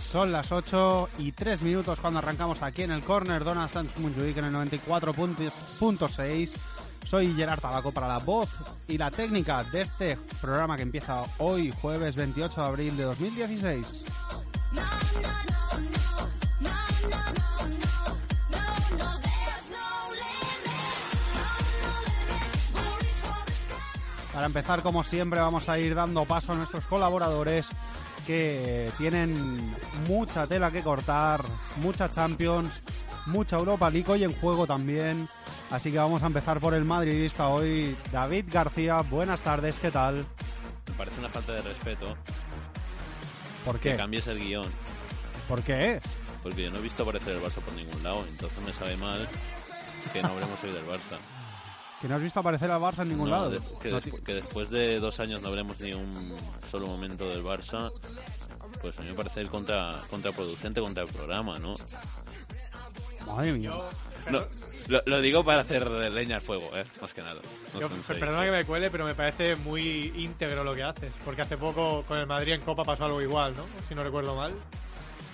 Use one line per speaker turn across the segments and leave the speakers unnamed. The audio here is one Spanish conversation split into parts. Son las 8 y 3 minutos cuando arrancamos aquí en el corner. Dona Sanz Munjuic en el 94.6. Soy Gerard Tabaco para la voz y la técnica de este programa que empieza hoy, jueves 28 de abril de 2016. Para empezar, como siempre, vamos a ir dando paso a nuestros colaboradores que tienen mucha tela que cortar, mucha Champions, mucha Europa League hoy en juego también. Así que vamos a empezar por el madridista hoy, David García. Buenas tardes, ¿qué tal?
Me parece una falta de respeto
¿Por
que
qué?
cambies el guión,
¿Por qué?
porque yo no he visto aparecer el Barça por ningún lado, entonces me sabe mal que no habremos oído del Barça.
Que no has visto aparecer al Barça en ningún
No,
lado.
de- que,
No,
despu- que después de dos años no habremos ni un solo momento del Barça, pues a mí me parece el contra, contraproducente contra el programa, ¿no?
ti- Madre mía.
No, lo, lo digo para hacer leña al fuego, ¿eh? Más que nada. No
Yo,
os penséis.
perdona que me cuele, pero me parece muy íntegro lo que haces. Porque hace poco con el Madrid en Copa pasó algo igual, ¿no? Si no recuerdo mal.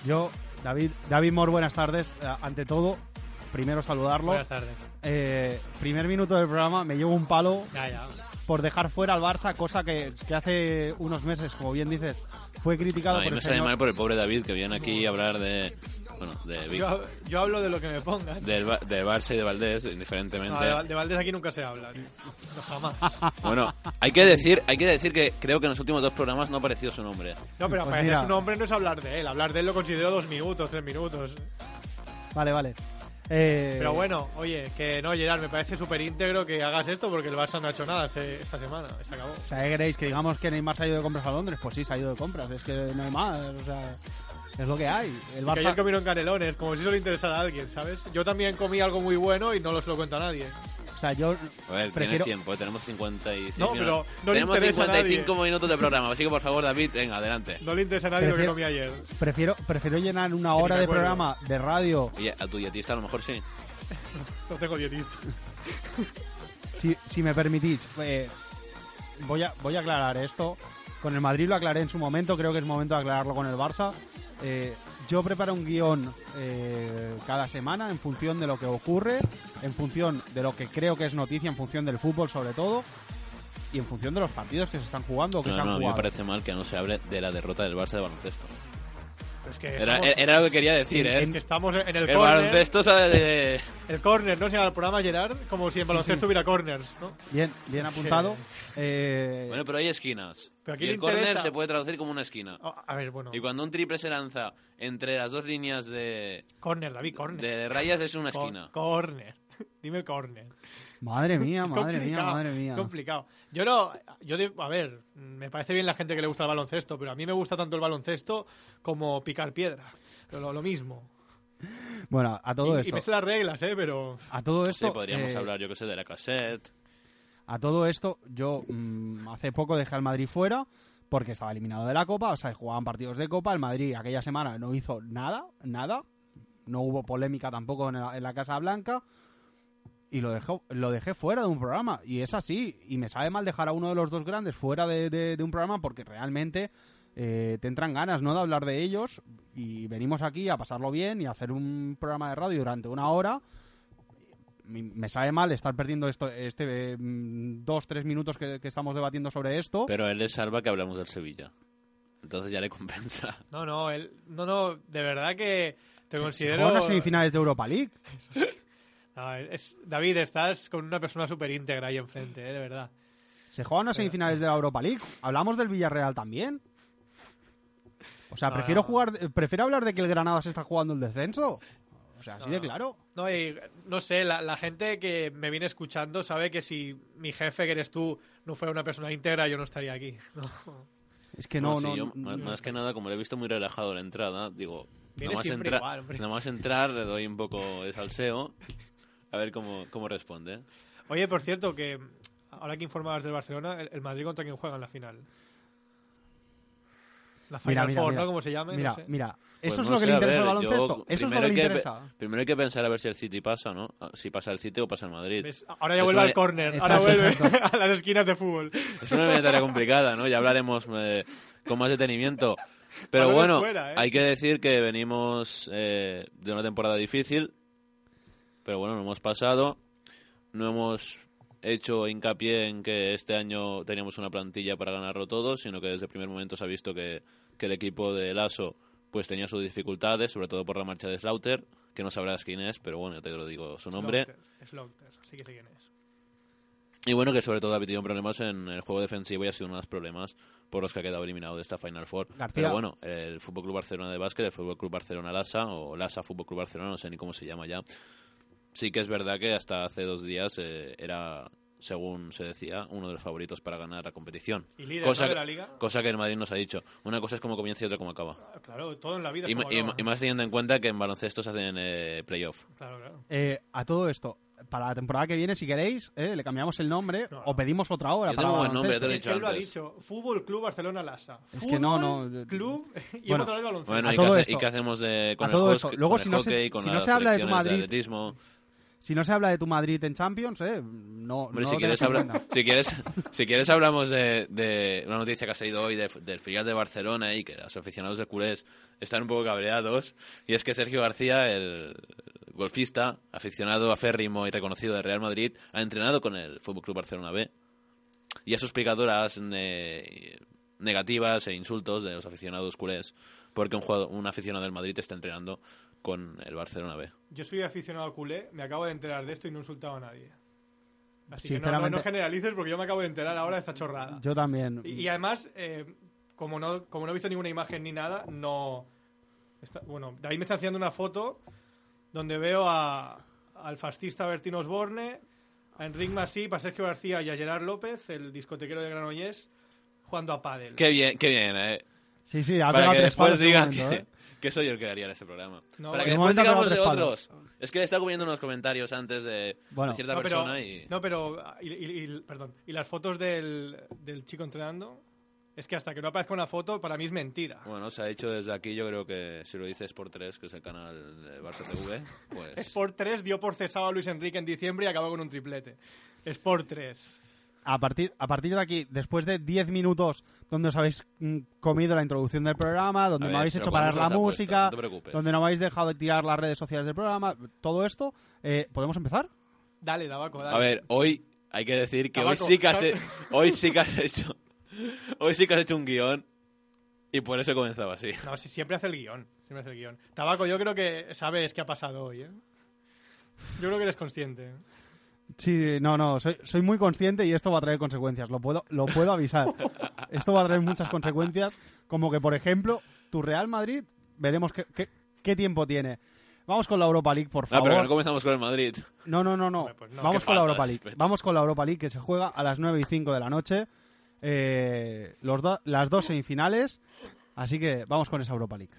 Yo, David, David Mor, buenas tardes. Eh, Ante todo, primero saludarlo.
Buenas tardes.
Eh, primer minuto del programa, me llevo un palo
Ya, ya.
por dejar fuera al Barça, cosa que, que hace unos meses, como bien dices, fue
No,
criticado
a mí
por
me
el
sale
señor-
mal por el pobre David que viene aquí a hablar de. Bueno, de, Vic-
Yo, yo hablo de lo que me pongas.
del, Ba- del Barça y de Valdés, indiferentemente.
No, de, Val- de Valdés aquí nunca se habla. tío. No, jamás.
Bueno, hay que decir, hay que decir que creo que en los últimos dos programas no ha aparecido su nombre.
No, pero
Pues
aparecer
mira.
su nombre no es hablar de él. Hablar de él lo considero dos minutos, tres minutos.
Eh. Vale, vale. Eh,
Pero bueno, oye, que no, Gerard, me parece súper íntegro que hagas esto porque el Barça no ha hecho nada este- esta semana. Se acabó.
O sea, ¿qué queréis? ¿Que digamos que Neymar se ha ido de compras a Londres? Pues sí, se ha ido de compras. Es que no hay más. O sea, es lo que hay. El
Que ayer
Barça...
comieron canelones, como si eso le interesara a alguien, ¿sabes? Yo también comí algo muy bueno y no lo se lo cuento a nadie.
O sea, yo...
A ver,
Prefiero-
tienes tiempo, ¿eh? tenemos 55
No,
minutos.
pero no le
tenemos
interesa a
55 minutos de programa, así que por favor, David, venga, adelante.
No le interesa a nadie lo que
Prefiero-
comí ayer.
Prefiero, prefiero llenar una
Que ni
hora
me
de
acuerdo.
programa de radio
Oye, a tu dietista a lo mejor sí.
No tengo dietista.
Si, si me permitís, eh, voy, a, voy a aclarar esto. Con el Madrid lo aclaré en su momento, creo que es momento de aclararlo con el Barça. Eh, yo preparo un guión eh, cada semana en función de lo que ocurre, en función de lo que creo que es noticia, en función del fútbol sobre todo, y en función de los partidos que se están jugando o que
No,
se han
no, a mí me
jugado.
parece mal que no se hable de la derrota del Barça de baloncesto.
Pero es que
Era,
estamos,
era lo que quería decir, ¿eh?
es que estamos en el,
El
corner.
baloncesto sale de...
El corner, ¿no? Se llama el programa Gerard, como si en baloncesto hubiera corners, ¿no?
Bien, bien apuntado. Eh,
Bueno, pero hay esquinas.
Pero aquí
Y
le
el córner
interesa. Oh,
se puede traducir como una esquina.
A- A ver, bueno.
Y cuando un triple se lanza entre las dos líneas de,
Corner, David, corner.
de rayas es una
Co-
esquina.
corner. Dime corner.
madre mía,
Es
Ah, madre mía,
complicado,
madre mía.
es complicado. Yo no, yo de- a ver, me parece bien la gente que le gusta el baloncesto, pero a mí me gusta tanto el baloncesto como picar piedra. Lo, lo mismo.
Bueno, a todo
y, y
esto.
me sé las reglas, ¿eh? Pero
A todo esto.
Sí, podríamos
eh,
hablar, yo que sé, de la cassette.
A todo esto, yo mm, hace poco dejé al Madrid fuera porque estaba eliminado de la Copa, o sea, jugaban partidos de Copa, el Madrid aquella semana no hizo nada, nada, no hubo polémica tampoco en la, en la Casa Blanca y lo, dejó, lo dejé fuera de un programa y es así, y me sabe mal dejar a uno de los dos grandes fuera de, de- de un programa porque realmente eh, te entran ganas no de hablar de ellos y venimos aquí a pasarlo bien y a hacer un programa de radio durante una hora me me sabe mal estar perdiendo esto, este eh, mm, dos, tres minutos que, que estamos debatiendo sobre esto.
Pero él le salva que hablamos del Sevilla. Entonces ya le compensa.
no, no, el, no, no, de verdad que te
Se- se
considero
juegan las semifinales de Europa League.
No, es- David, estás con una persona súper íntegra ahí enfrente, eh, de verdad.
Se juegan las semifinales de la Europa League. Hablamos del Villarreal también. O sea,
No,
prefiero
no.
jugar, eh, prefiero hablar de que el Granada se está jugando el descenso. O sea, así
No,
de
no.
claro.
No, y, no sé, la, la gente que me viene escuchando sabe que si mi jefe, que eres tú, no fuera una persona íntegra, yo no estaría aquí. No.
Es que no,
Bueno,
no,
sí, yo
no-
más, más que nada, como le he visto muy relajado la entrada, digo,
Viene
nada más,
siempre
entra-
igual, hombre.
nada más entrar le doy un poco de salseo, a ver cómo, cómo responde.
Oye, por cierto, que ahora que informabas del Barcelona, el, el Madrid contra quién juega en la final. La Final Four, ¿no? Como se llame.
mira,
no sé.
mira.
Pues
Eso es
no
lo que
sé,
le
a
interesa al
ver,
baloncesto.
yo
Eso es lo que
primero
le
hay que
interesa.
pe- Primero hay que pensar a ver si el City pasa, ¿no? Ah, Si pasa el City o pasa el Madrid.
¿Ves? Ahora ya
Es
vuelve
una-
al córner, ahora
Exacto,
vuelve
exacto.
a las esquinas de fútbol.
Es una eliminatoria complicada, ¿no? Ya hablaremos eh, con más detenimiento. Pero
Valores
bueno,
fuera, ¿eh?
hay que decir que venimos eh, de una temporada difícil, pero bueno, no hemos pasado, no hemos hecho hincapié en que este año teníamos una plantilla para ganarlo todo, sino que desde el primer momento se ha visto que, que el equipo de Lasso pues tenía sus dificultades, sobre todo por la marcha de Slaughter, que no sabrás quién es, pero bueno, ya te lo digo su nombre.
Es Locters, así que sé quién es.
Y bueno, que sobre todo ha tenido problemas en el juego defensivo y ha sido uno de los problemas por los que ha quedado eliminado de esta Final Four.
García.
Pero bueno, el Fútbol Club Barcelona de básquet, el Fútbol Club Barcelona Lasa o Lasa Fútbol Club Barcelona, no sé ni cómo se llama ya. Sí que es verdad que hasta hace dos días eh, era, según se decía, uno de los favoritos para ganar la competición.
Y líder
Cosa
¿no?
que-
de la liga.
Cosa que el Madrid nos ha dicho. Una cosa es cómo comienza y otra cómo acaba.
Claro, todo en la vida.
Y,
es
ma-
como
y
acaba,
ma- y
¿no?
más teniendo en cuenta que en baloncesto se hacen eh, playoff.
Claro, claro.
Eh, a todo esto, para la temporada que viene, si queréis, eh, le cambiamos el nombre
No, no.
o pedimos otra hora.
Yo
para
tengo buen nombre,
baloncesto.
he
Y es que él lo ha
antes.
dicho. Fútbol Club Barcelona Lasa.
Es que no, no,
Fútbol
yo-
Club y
Bueno,
hemos hablado de baloncesto.
Bueno,
A
¿y,
todo
qué hace-
esto.
y qué hacemos de, con
A
el,
todo
hos-
eso. Luego,
con
si
el
no se-
hockey, con
si no
las
se habla de tu
selecciones
Madrid-
atletismo?
Si no se habla de tu Madrid en Champions, eh, no,
Hombre,
no
si,
lo
quieres
tengas en
habla-
cuenta.
si, quieres, si quieres hablamos de, de una noticia que ha salido hoy de- del filial de Barcelona y que los aficionados de culés están un poco cabreados. Y es que Sergio García, el golfista, aficionado aférrimo y reconocido de Real Madrid, ha entrenado con el Fútbol Club Barcelona B. Y ha suscitado las ne- negativas e insultos de los aficionados culés porque un, jugador- un aficionado del Madrid está entrenando con el Barcelona B.
Yo soy aficionado a culé, me acabo de enterar de esto y no he insultado a nadie. Así que no- no, no,
Sinceramente-
generalices porque yo me acabo de enterar ahora de esta chorrada.
Yo también.
Y, y además, eh, como, no, como no he visto ninguna imagen ni nada, no... está- bueno, David me está enseñando una foto donde veo a, al fascista Bertino Osborne, a Enric Masip, a Sergio García y a Gerard López, el discotequero de Granollers, jugando a pádel.
Qué bien, qué bien, eh.
Sí, sí, ha
para
pegado
que
tres
después
palos en un
digan
momento,
que,
¿eh?
que soy yo el que haría en este programa.
No,
para que
bueno.
De
después
momento ha
digamos de
pegado tres
otros. Es que le está comiendo unos comentarios antes de,
Bueno.
de cierta
no,
persona
pero,
y...
no, pero- y- y- y- perdón. Y las fotos del, del chico entrenando. Es que hasta que no aparezca una foto, para mí es mentira.
Bueno, se ha dicho desde aquí, yo creo que si lo dices por 3, que es el canal de Barça TV, pues...
Sport 3 dio por cesado a Luis Enrique en diciembre y acabó con un triplete. Sport 3.
A partir, a partir de aquí, después de 10 minutos donde os habéis mm, comido la introducción del programa, donde
A
me
ver,
habéis
pero
hecho
¿cuándo
parar
se
la
las ha puesto?
música,
No te preocupes.
donde no habéis dejado de tirar las redes sociales del programa, todo esto, eh, ¿podemos empezar?
Dale, Dabaco, dale.
A ver, hoy hay que decir que hoy
Tabaco.
sí que, has, he- hoy sí que has hecho... Hoy sí que has hecho un guión y por eso comenzaba así.
No, si siempre hace el guión. Siempre hace el guión. Tabaco, yo creo que sabes qué ha pasado hoy, ¿eh? Yo creo que eres consciente. ¿eh?
Sí, no, no, soy, soy muy consciente y esto va a traer consecuencias, lo puedo, lo puedo avisar. esto va a traer muchas consecuencias, como que, por ejemplo, tu Real Madrid, veremos qué, qué- qué tiempo tiene. Vamos con la Europa League, por
Ah,
favor.
pero que no comenzamos con el Madrid.
No, no, no, no.
Hombre, pues no,
Vamos
qué
con la
falta de
Europa League.
respeto.
Vamos con la Europa League que se juega a las 9 y 5 de la noche. Eh, los do- las dos semifinales. Así que vamos con esa Europa League.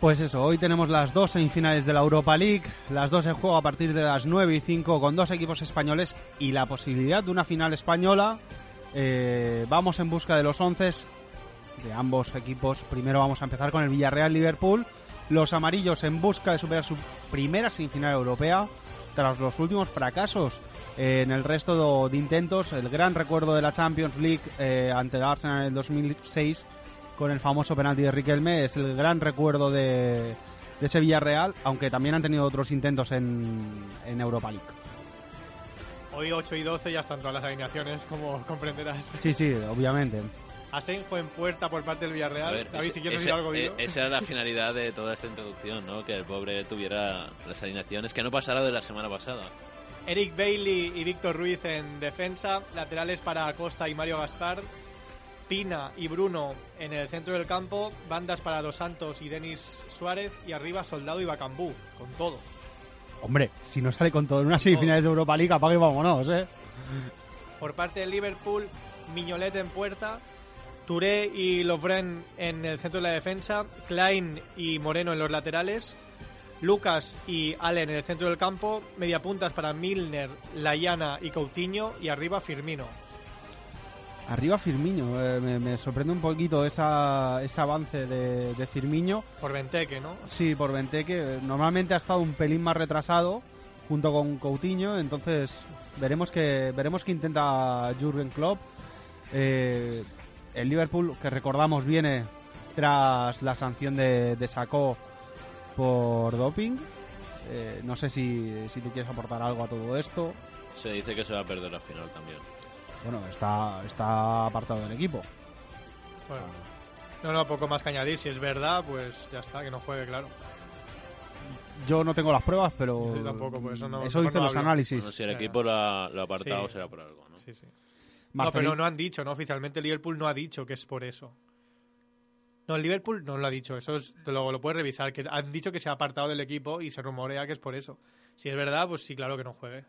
Pues eso, hoy tenemos las dos semifinales de la Europa League. Las dos se juega a partir de las 9 y 5 con dos equipos españoles y la posibilidad de una final española. Eh, vamos en busca de los 11 de ambos equipos. Primero vamos a empezar con el Villarreal-Liverpool. Los amarillos en busca de superar su primera semifinal europea tras los últimos fracasos eh, en el resto de intentos. El gran recuerdo de la Champions League eh, ante el Arsenal en el 2006 con el famoso penalti de Riquelme es el gran recuerdo de, de ese Villarreal, aunque también han tenido otros intentos en, en Europa League.
Hoy 8 y 12 ya están todas las alineaciones, como comprenderás.
Sí, sí, obviamente.
Asenjo en puerta por parte del
A
Villarreal.
ver,
David,
ese-
si quieres
ese-
decir algo, dilo.
eh, Esa era la finalidad de toda esta introducción, ¿no? Que el pobre tuviera las alineaciones, que no pasara de la semana pasada.
Eric Bailey y Víctor Ruiz en defensa, laterales para Acosta y Mario Gaspar, Pina y Bruno en el centro del campo, bandas para Dos Santos y Denis Suárez y arriba Soldado y Bacambú, con todo.
Hombre, si no sale con todo en unas semifinales de Europa League, apague y vámonos, ¿eh?
Por parte del Liverpool, Miñolet en puerta, Touré y Lovren en el centro de la defensa, Klein y Moreno en los laterales, Lucas y Allen en el centro del campo, mediapuntas para Milner, Layana y Coutinho y arriba Firmino.
Arriba Firmino, eh, me, me sorprende un poquito esa, ese avance de, de Firmino.
Por Benteke, ¿no?
Sí, por Benteke, normalmente ha estado un pelín más retrasado junto con Coutinho, entonces veremos que veremos que intenta Jürgen Klopp. Eh, el Liverpool, que recordamos, viene tras la sanción de, de Sacó por doping. Eh, no sé si, si tú quieres aportar algo a todo esto.
Se dice que se va a perder al final también.
Bueno, está, está apartado del equipo.
Bueno, no, no, poco más que añadir. Si es verdad, pues ya está, que no juegue, claro.
Yo no tengo las pruebas, pero
Yo tampoco, por eso no-
eso
mejor
hice
no
los
hablo.
análisis.
Bueno, si el
Claro.
equipo lo ha, lo ha apartado
Sí.
será por algo, ¿no?
Sí, sí. No,
Marcelin-
pero no han dicho, ¿no? Oficialmente Liverpool no ha dicho que es por eso. No, el Liverpool no lo ha dicho, eso es, lo, lo puedes revisar, que han dicho que se ha apartado del equipo y se rumorea que es por eso. Si es verdad, pues sí, claro que no juegue.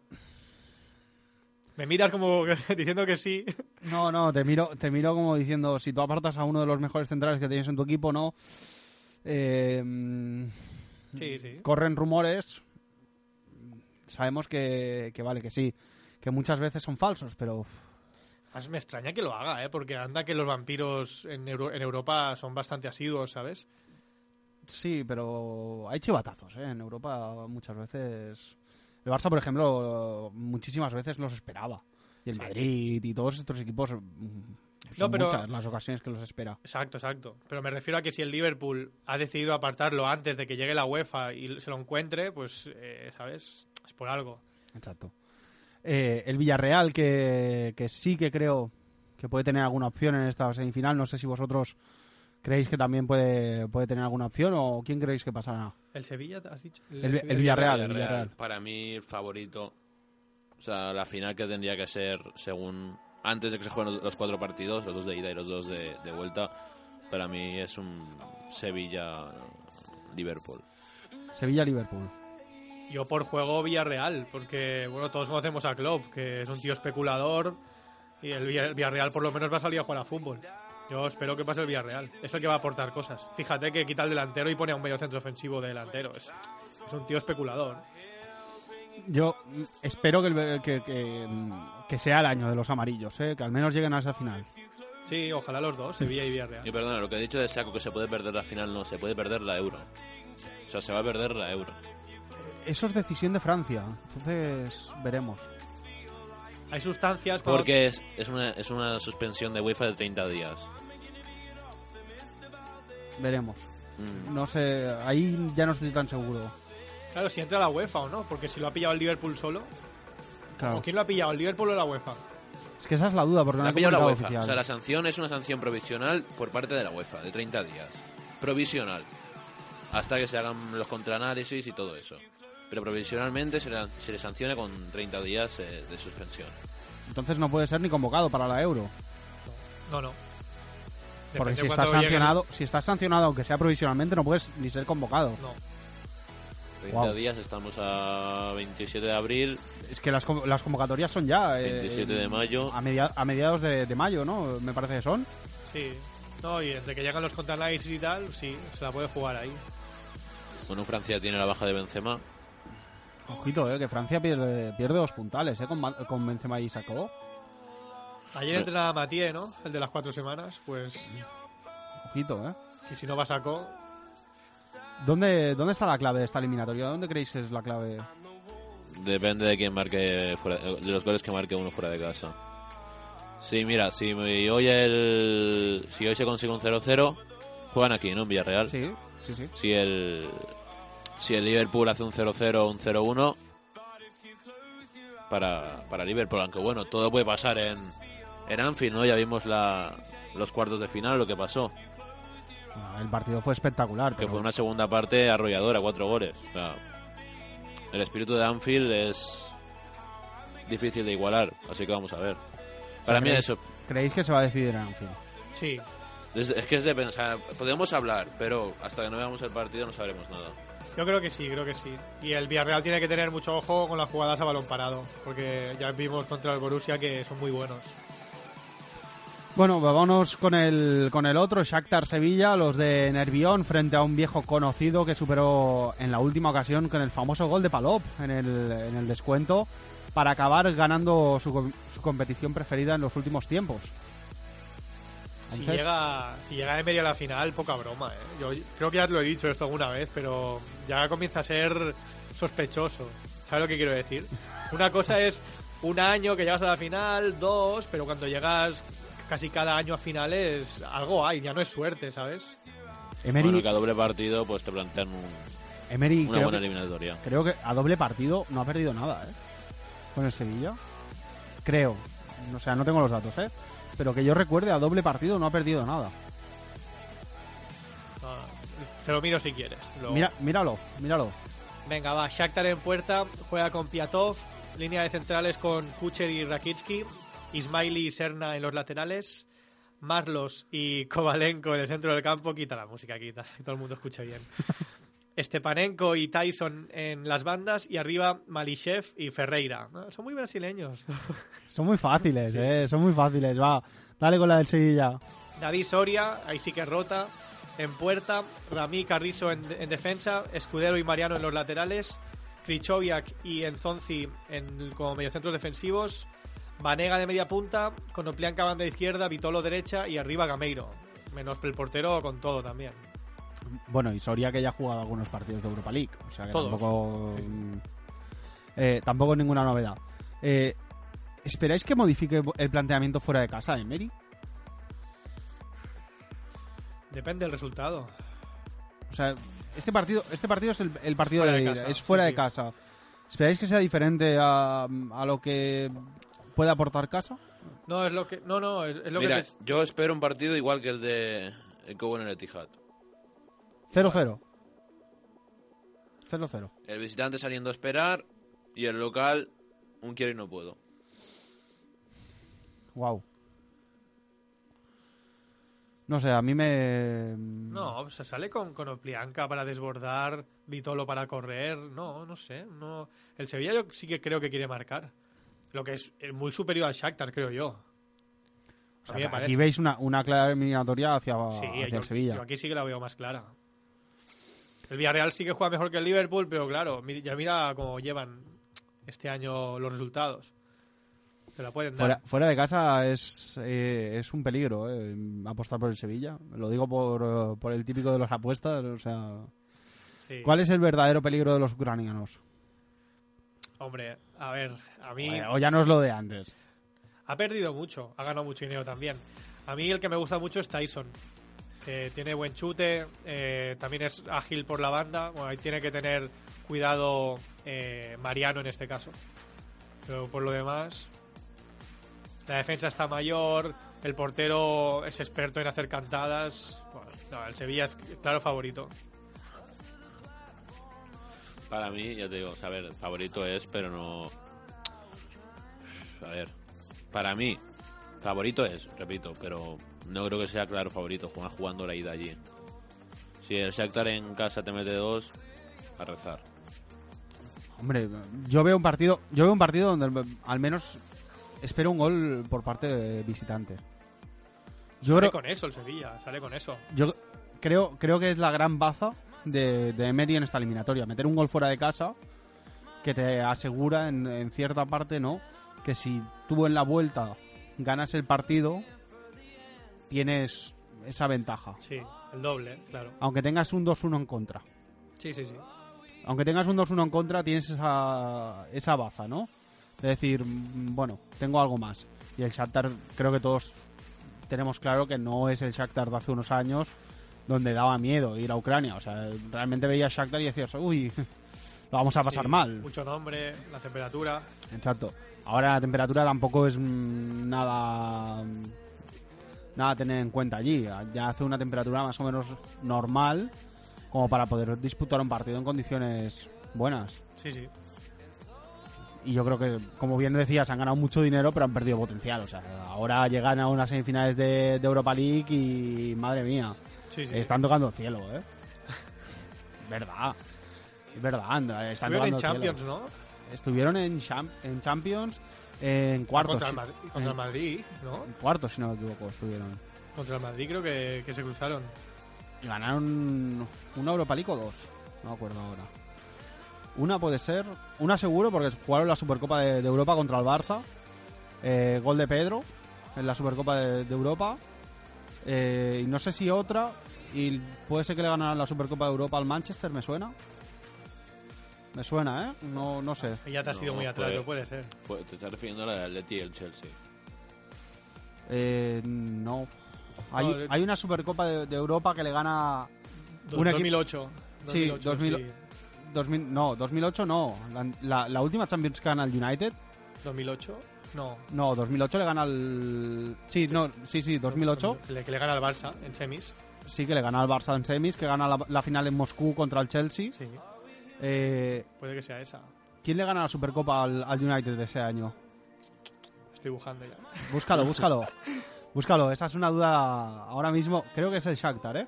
Me miras como que- diciendo que sí.
No, no, te miro, te miro como diciendo, si tú apartas a uno de los mejores centrales que tienes en tu equipo, no. Eh, mm,
Sí, sí.
Corren rumores. Sabemos que, que vale, que sí. Que muchas veces son falsos, pero
Además, me extraña que lo haga, ¿eh? Porque anda que los vampiros en, Euro- en Europa son bastante asiduos, ¿sabes?
sí, pero hay chivatazos, ¿eh? En Europa muchas veces. El Barça, por ejemplo, muchísimas veces los esperaba. Y el
Sí.
Madrid y todos estos equipos. mm, Son
No, pero-
muchas las ocasiones que los espera.
Exacto, exacto. Pero me refiero a que si el Liverpool ha decidido apartarlo antes de que llegue la UEFA y se lo encuentre, pues, eh, ¿sabes? Es por algo.
Exacto. Eh, el Villarreal, que, que sí que creo que puede tener alguna opción en esta semifinal. No sé si vosotros creéis que también puede, puede tener alguna opción o quién creéis que pasará.
¿El Sevilla, has dicho?
El- el Villarreal, el Villarreal.
Para mí, el favorito. O sea, la final que tendría que ser según. Antes de que se jueguen los- los cuatro partidos, los dos de ida y los dos de, de vuelta. Para mí es un Sevilla-Liverpool.
Sevilla-Liverpool.
Yo por juego Villarreal, porque, bueno, todos conocemos a Klopp, que es un tío especulador y el Villa- el Villarreal por lo menos va a salir a jugar a fútbol. Yo espero que pase el Villarreal. Es el que va a aportar cosas. Fíjate que quita el delantero y pone a un medio centro ofensivo de delantero. Es, es un tío especulador.
Yo mm, espero que, el- que, que, mm, que sea el año de los amarillos, ¿eh? que al menos lleguen a esa final.
Sí, ojalá los dos, Sevilla y Villarreal.
Y perdona, lo que he dicho de Saco que se puede perder la final, no, se puede perder la euro. O sea, se va a perder la euro.
Eso es decisión de Francia, entonces veremos.
Hay sustancias para-
Porque es, es, una, es una suspensión de UEFA de 30 días.
Veremos.
Mm.
No sé, ahí ya no estoy tan seguro.
Claro, si entra la UEFA o no, porque si lo ha pillado el Liverpool solo.
Claro.
¿O quién lo ha pillado, el Liverpool o la UEFA?
Es que esa es la duda, porque no
La
hay
ha pillado la
comunicado
UEFA.
oficial.
O sea, la sanción es una sanción provisional por parte de la UEFA, de 30 días. Provisional. Hasta que se hagan los contraanálisis y todo eso. Pero provisionalmente se, la- se le sanciona con 30 días eh, de suspensión.
Entonces no puede ser ni convocado para la Euro.
No, no.
Porque
Depende
si
cuándo
estás
llegue.
sancionado, si estás sancionado, aunque sea provisionalmente, no puedes ni ser convocado.
No.
30
Guau.
días, estamos a 27 de abril,
Es que las, con- las convocatorias son ya. eh,
27 de mayo.
A, media- a mediados de, de mayo, ¿no? Me parece que son.
Sí. No, y entre que llegan los contraanálisis y tal, sí, se la puede jugar ahí.
Bueno, Francia tiene la baja de Benzema.
Ojito, eh, que Francia pierde, pierde dos puntales, eh, con, Ma- con Benzema y Sacó.
Ayer
No.
entrenaba Mathieu, ¿no? El de las cuatro semanas, pues.
Ojito, eh.
Y si no va sacó.
¿Dónde, ¿Dónde está la clave de esta eliminatoria? ¿Dónde creéis que es la clave?
Depende de quién marque fuera, de los goles que marque uno fuera de casa. Sí, mira, si hoy el si hoy se consigue un 0-0, juegan aquí, ¿no? En Villarreal.
Sí, sí, sí.
Si el si el Liverpool hace un 0-0 o un 0-1 para, para Liverpool, aunque bueno, todo puede pasar en en Anfield, ¿no? Ya vimos la, los cuartos de final, lo que pasó,
Bueno, Ah, el partido fue espectacular.
que
pero
fue una segunda parte arrolladora, cuatro goles. O sea, el espíritu de Anfield es difícil de igualar, así que vamos a ver. Para mí
¿Creéis-
eso
¿Creéis que se va a decidir en Anfield?
Sí.
es, es que es de pensar. Podemos hablar, pero hasta que no veamos el partido no sabremos nada.
Yo creo que sí, creo que sí. Y el Villarreal tiene que tener mucho ojo con las jugadas a balón parado, porque ya vimos contra el Borussia que son muy buenos.
Bueno, pues vámonos con el, con el otro, Shakhtar Sevilla, los de Nervión, frente a un viejo conocido que superó en la última ocasión con el famoso gol de Palop en el, en el descuento para acabar ganando su, com- su competición preferida en los últimos tiempos.
Si
Entonces,
llega, si llega Emery a la final, poca broma, ¿eh? Yo creo que ya te lo he dicho esto alguna vez, pero ya comienza a ser sospechoso. ¿Sabes lo que quiero decir? Una cosa es un año que llegas a la final, dos, pero cuando llegas casi cada año a finales, algo hay, ya no es suerte, ¿sabes?
Emery,
Bueno, cada doble partido pues te plantean un-
Emery
una
creo,
buena
que,
eliminatoria.
creo que a doble partido no ha perdido nada, ¿eh? Con el Sevilla. Creo. O sea, no tengo los datos, ¿eh? Pero que yo recuerde, a doble partido no ha perdido nada.
No, Ah, te lo miro si quieres. Lo-
Mira, míralo, míralo.
Venga, va, Shakhtar en puerta, juega con Piatov, línea de centrales con Kucher y Rakitsky, Ismaili y Serna en los laterales, Marlos y Kovalenko en el centro del campo, quita la música, quita, que todo el mundo escuche bien. Stepanenko y Tyson en las bandas y arriba Malishev y Ferreira. Ah, Son muy brasileños.
Son muy fáciles, eh. Son muy fáciles. Va, dale con la del Sevilla.
David Soria, ahí sí que rota. En puerta, Ramí Carrizo en, en defensa, Escudero y Mariano en los laterales, Krichoviak y Enzonzi en, como mediocentros defensivos, Vanega de media punta, Conoplianca banda izquierda, Vitolo derecha y arriba Gameiro. Menos el portero con todo también.
Bueno, y Soria que ya ha jugado algunos partidos de Europa League. O sea que
Todos.
tampoco.
Sí, sí.
mm, eh, tampoco ninguna novedad. Eh, ¿Esperáis que modifique el planteamiento fuera de casa, Emery?
Depende del resultado.
O sea, este partido, este partido es el, el partido
Fuera
de,
de
ida,
casa,
es fuera
sí,
de
sí.
casa. ¿Esperáis que sea diferente a, a lo que puede aportar casa?
No, es lo que. No, no, es, es lo
Mira,
que. te-
yo espero un partido igual que el de el que hubo en el Etihad.
0-0. 0-0.
El visitante saliendo a esperar y el local un quiero y no puedo.
Wow. No sé, a mí me. Mm.
No, se sale con Conoplianca para desbordar, Vitolo para correr, no, no sé, no. El Sevilla yo sí que creo que quiere marcar. Lo que es eh, muy superior al Shakhtar, creo yo.
O
A
sea,
mí me
aquí
parece.
veis una, una clara eliminatoria hacia,
Sí,
Ah, hacia
yo,
el Sevilla.
yo aquí sí que la veo más clara. El Villarreal sí que juega mejor que el Liverpool, pero claro, mi- ya mira cómo llevan este año los resultados. Te la pueden dar.
Fuera, fuera de casa es, eh, es un peligro eh, apostar por el Sevilla. Lo digo por, eh, por el típico de las apuestas. O sea,
Sí.
¿Cuál es el verdadero peligro de los ucranianos?
Hombre, a ver, a mí.
O ya no es lo de antes.
Ha perdido mucho, ha ganado mucho dinero también. A mí el que me gusta mucho es Tyson, que tiene buen chute, eh, también es ágil por la banda. Bueno, ahí tiene que tener cuidado eh, Mariano en este caso. Pero por lo demás, la defensa está mayor, el portero es experto en hacer cantadas. Bueno, no, el Sevilla es claro favorito.
Para mí, ya te digo, o sea, a ver, favorito es, pero no. A ver, para mí, favorito es, repito, pero no creo que sea claro favorito jugar jugando la ida allí. Si el Shakhtar en casa te mete dos, a rezar.
Hombre, yo veo un partido, yo veo un partido donde al menos espero un gol por parte de visitante. Yo
Sale
creo,
con eso el Sevilla, sale con eso.
yo creo, creo que es la gran baza de, de Emery en esta eliminatoria. Meter un gol fuera de casa que te asegura en, en cierta parte, ¿no? Que si tú en la vuelta ganas el partido, tienes esa ventaja.
Sí, el doble, claro.
Aunque tengas un 2-1 en contra.
Sí, sí, sí.
aunque tengas un 2-1 en contra, tienes esa, esa baza, ¿no? De decir, mm, bueno, tengo algo más. Y el Shakhtar, creo que todos tenemos claro que no es el Shakhtar de hace unos años donde daba miedo ir a Ucrania. O sea, realmente veías Shakhtar y decías, uy, lo vamos a pasar
Sí,
mal.
Mucho nombre, la temperatura.
Exacto. Ahora la temperatura tampoco es mm, nada mm, nada a tener en cuenta allí. Ya hace una temperatura más o menos normal como para poder disputar un partido en condiciones buenas.
Sí, sí.
Y yo creo que, como bien decías, han ganado mucho dinero, pero han perdido potencial. O sea, ahora llegan a unas semifinales de, de Europa League y, madre mía,
Sí, sí.
están tocando el cielo, ¿eh? verdad. Es verdad, anda, están
Estuvieron
tocando
en
el cielo.
Champions, ¿no?
Estuvieron en, Cham- en Champions, en cuartos.
Ah, Contra el, Madrid,
en-
contra el Madrid, ¿no?
en cuartos, si no me equivoco, estuvieron.
Contra el Madrid creo que, que se cruzaron.
Y ganaron una Europa League o dos. No me acuerdo ahora. Una puede ser, una seguro, porque jugaron la Supercopa de, de Europa contra el Barça. Eh, gol de Pedro en la Supercopa de, de Europa. Eh, y no sé si otra. Y puede ser que le ganaran la Supercopa de Europa al Manchester, me suena. Me suena, ¿eh? No, no sé.
Y ya te has
No,
ido muy atrás,
puede-
no puede ser.
Pues te estás refiriendo a la del Atleti y el Chelsea.
Eh, no. Hay,
No, de-
hay una Supercopa de- de Europa que le gana
Dos-
Un equi-
2008.
Sí,
2008,
2000
sí.
2000, no, 2008 no. La, la- la última Champions que gana el United.
2008. No.
No, 2008 le gana al... Sí, no, sí, sí, 2008.
Que le, que le gana al Barça en semis.
Sí que le gana al Barça en semis, que gana la, la final en Moscú contra el Chelsea.
Sí,
Eh,
puede que sea esa.
¿Quién le gana la Supercopa al, al United de ese año?
Estoy buscando ya.
Búscalo, búscalo. búscalo, esa es una duda ahora mismo. Creo que es el Shakhtar, ¿eh?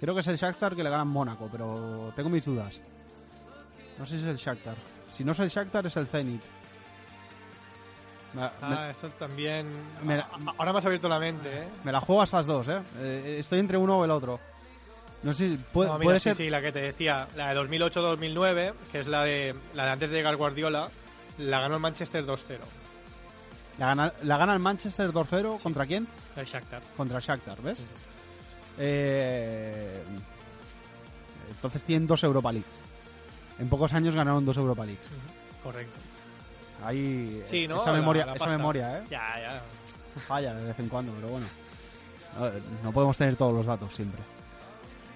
Creo que es el Shakhtar que le gana en Mónaco, pero tengo mis dudas. No sé si es el Shakhtar. Si no es el Shakhtar, es el Zenit. Me- me-
Ah, esto también.
me-
Ah, ah, ahora me has abierto la mente, ¿eh?
Me la juego a esas dos, ¿eh? Eh, Estoy entre uno o el otro. No sé, si puede,
No, mira,
puede
sí,
ser...
sí, la que te decía, la de 2008-2009, que es la de, la de antes de llegar Guardiola, la ganó el Manchester 2-0.
La, gana, la gana el Manchester 2-0. ¿Contra quién?
El Shakhtar.
Contra el Shakhtar, ¿ves? Eh, entonces tienen dos Europa Leagues. En pocos años ganaron dos Europa Leagues.
Correcto.
Ahí eh,
Sí, ¿no?
esa
La-
memoria,
la
esa
pasta.
memoria, ¿eh?
Ya, ya.
Falla de vez en cuando, pero bueno. A ver, No podemos tener todos los datos siempre.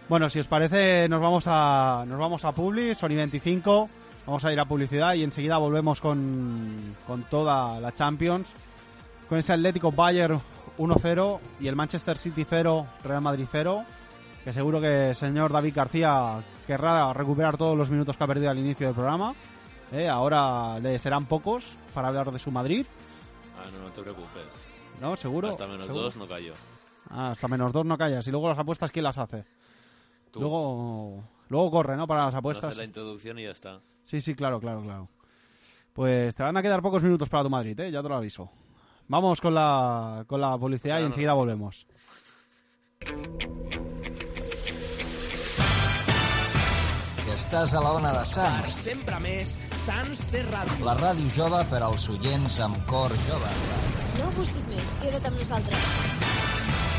Bueno, si os parece, nos vamos a nos vamos a Publi, Sony 25. Vamos a ir a publicidad y enseguida volvemos con, con toda la Champions. Con ese Atlético Bayern 1-0 y el Manchester City 0, Real Madrid 0. Que seguro que el señor David García querrá recuperar todos los minutos que ha perdido al inicio del programa. Eh, ahora le serán pocos para hablar de su Madrid,
Ah, no, no te preocupes.
¿no? Seguro.
Hasta menos
seguro.
dos no cayó.
Ah, hasta menos dos no callas. Y luego las apuestas, ¿quién las hace?
Tú,
Luego, luego corre, ¿no? Para las
no haces
apuestas.
la introducción y ya está.
Sí, sí, claro, claro, claro. Pues te van a quedar pocos minutos para tu Madrid, ¿eh? Ya te lo aviso. Vamos con la, con la publicidad
O sea,
y
no-
enseguida volvemos.
Estàs a la ona de
Per
Sants,
sempre més, Sants té ràdio.
la ràdio jove per als oients amb cor jove.
No ho busquis més, queda't amb nosaltres.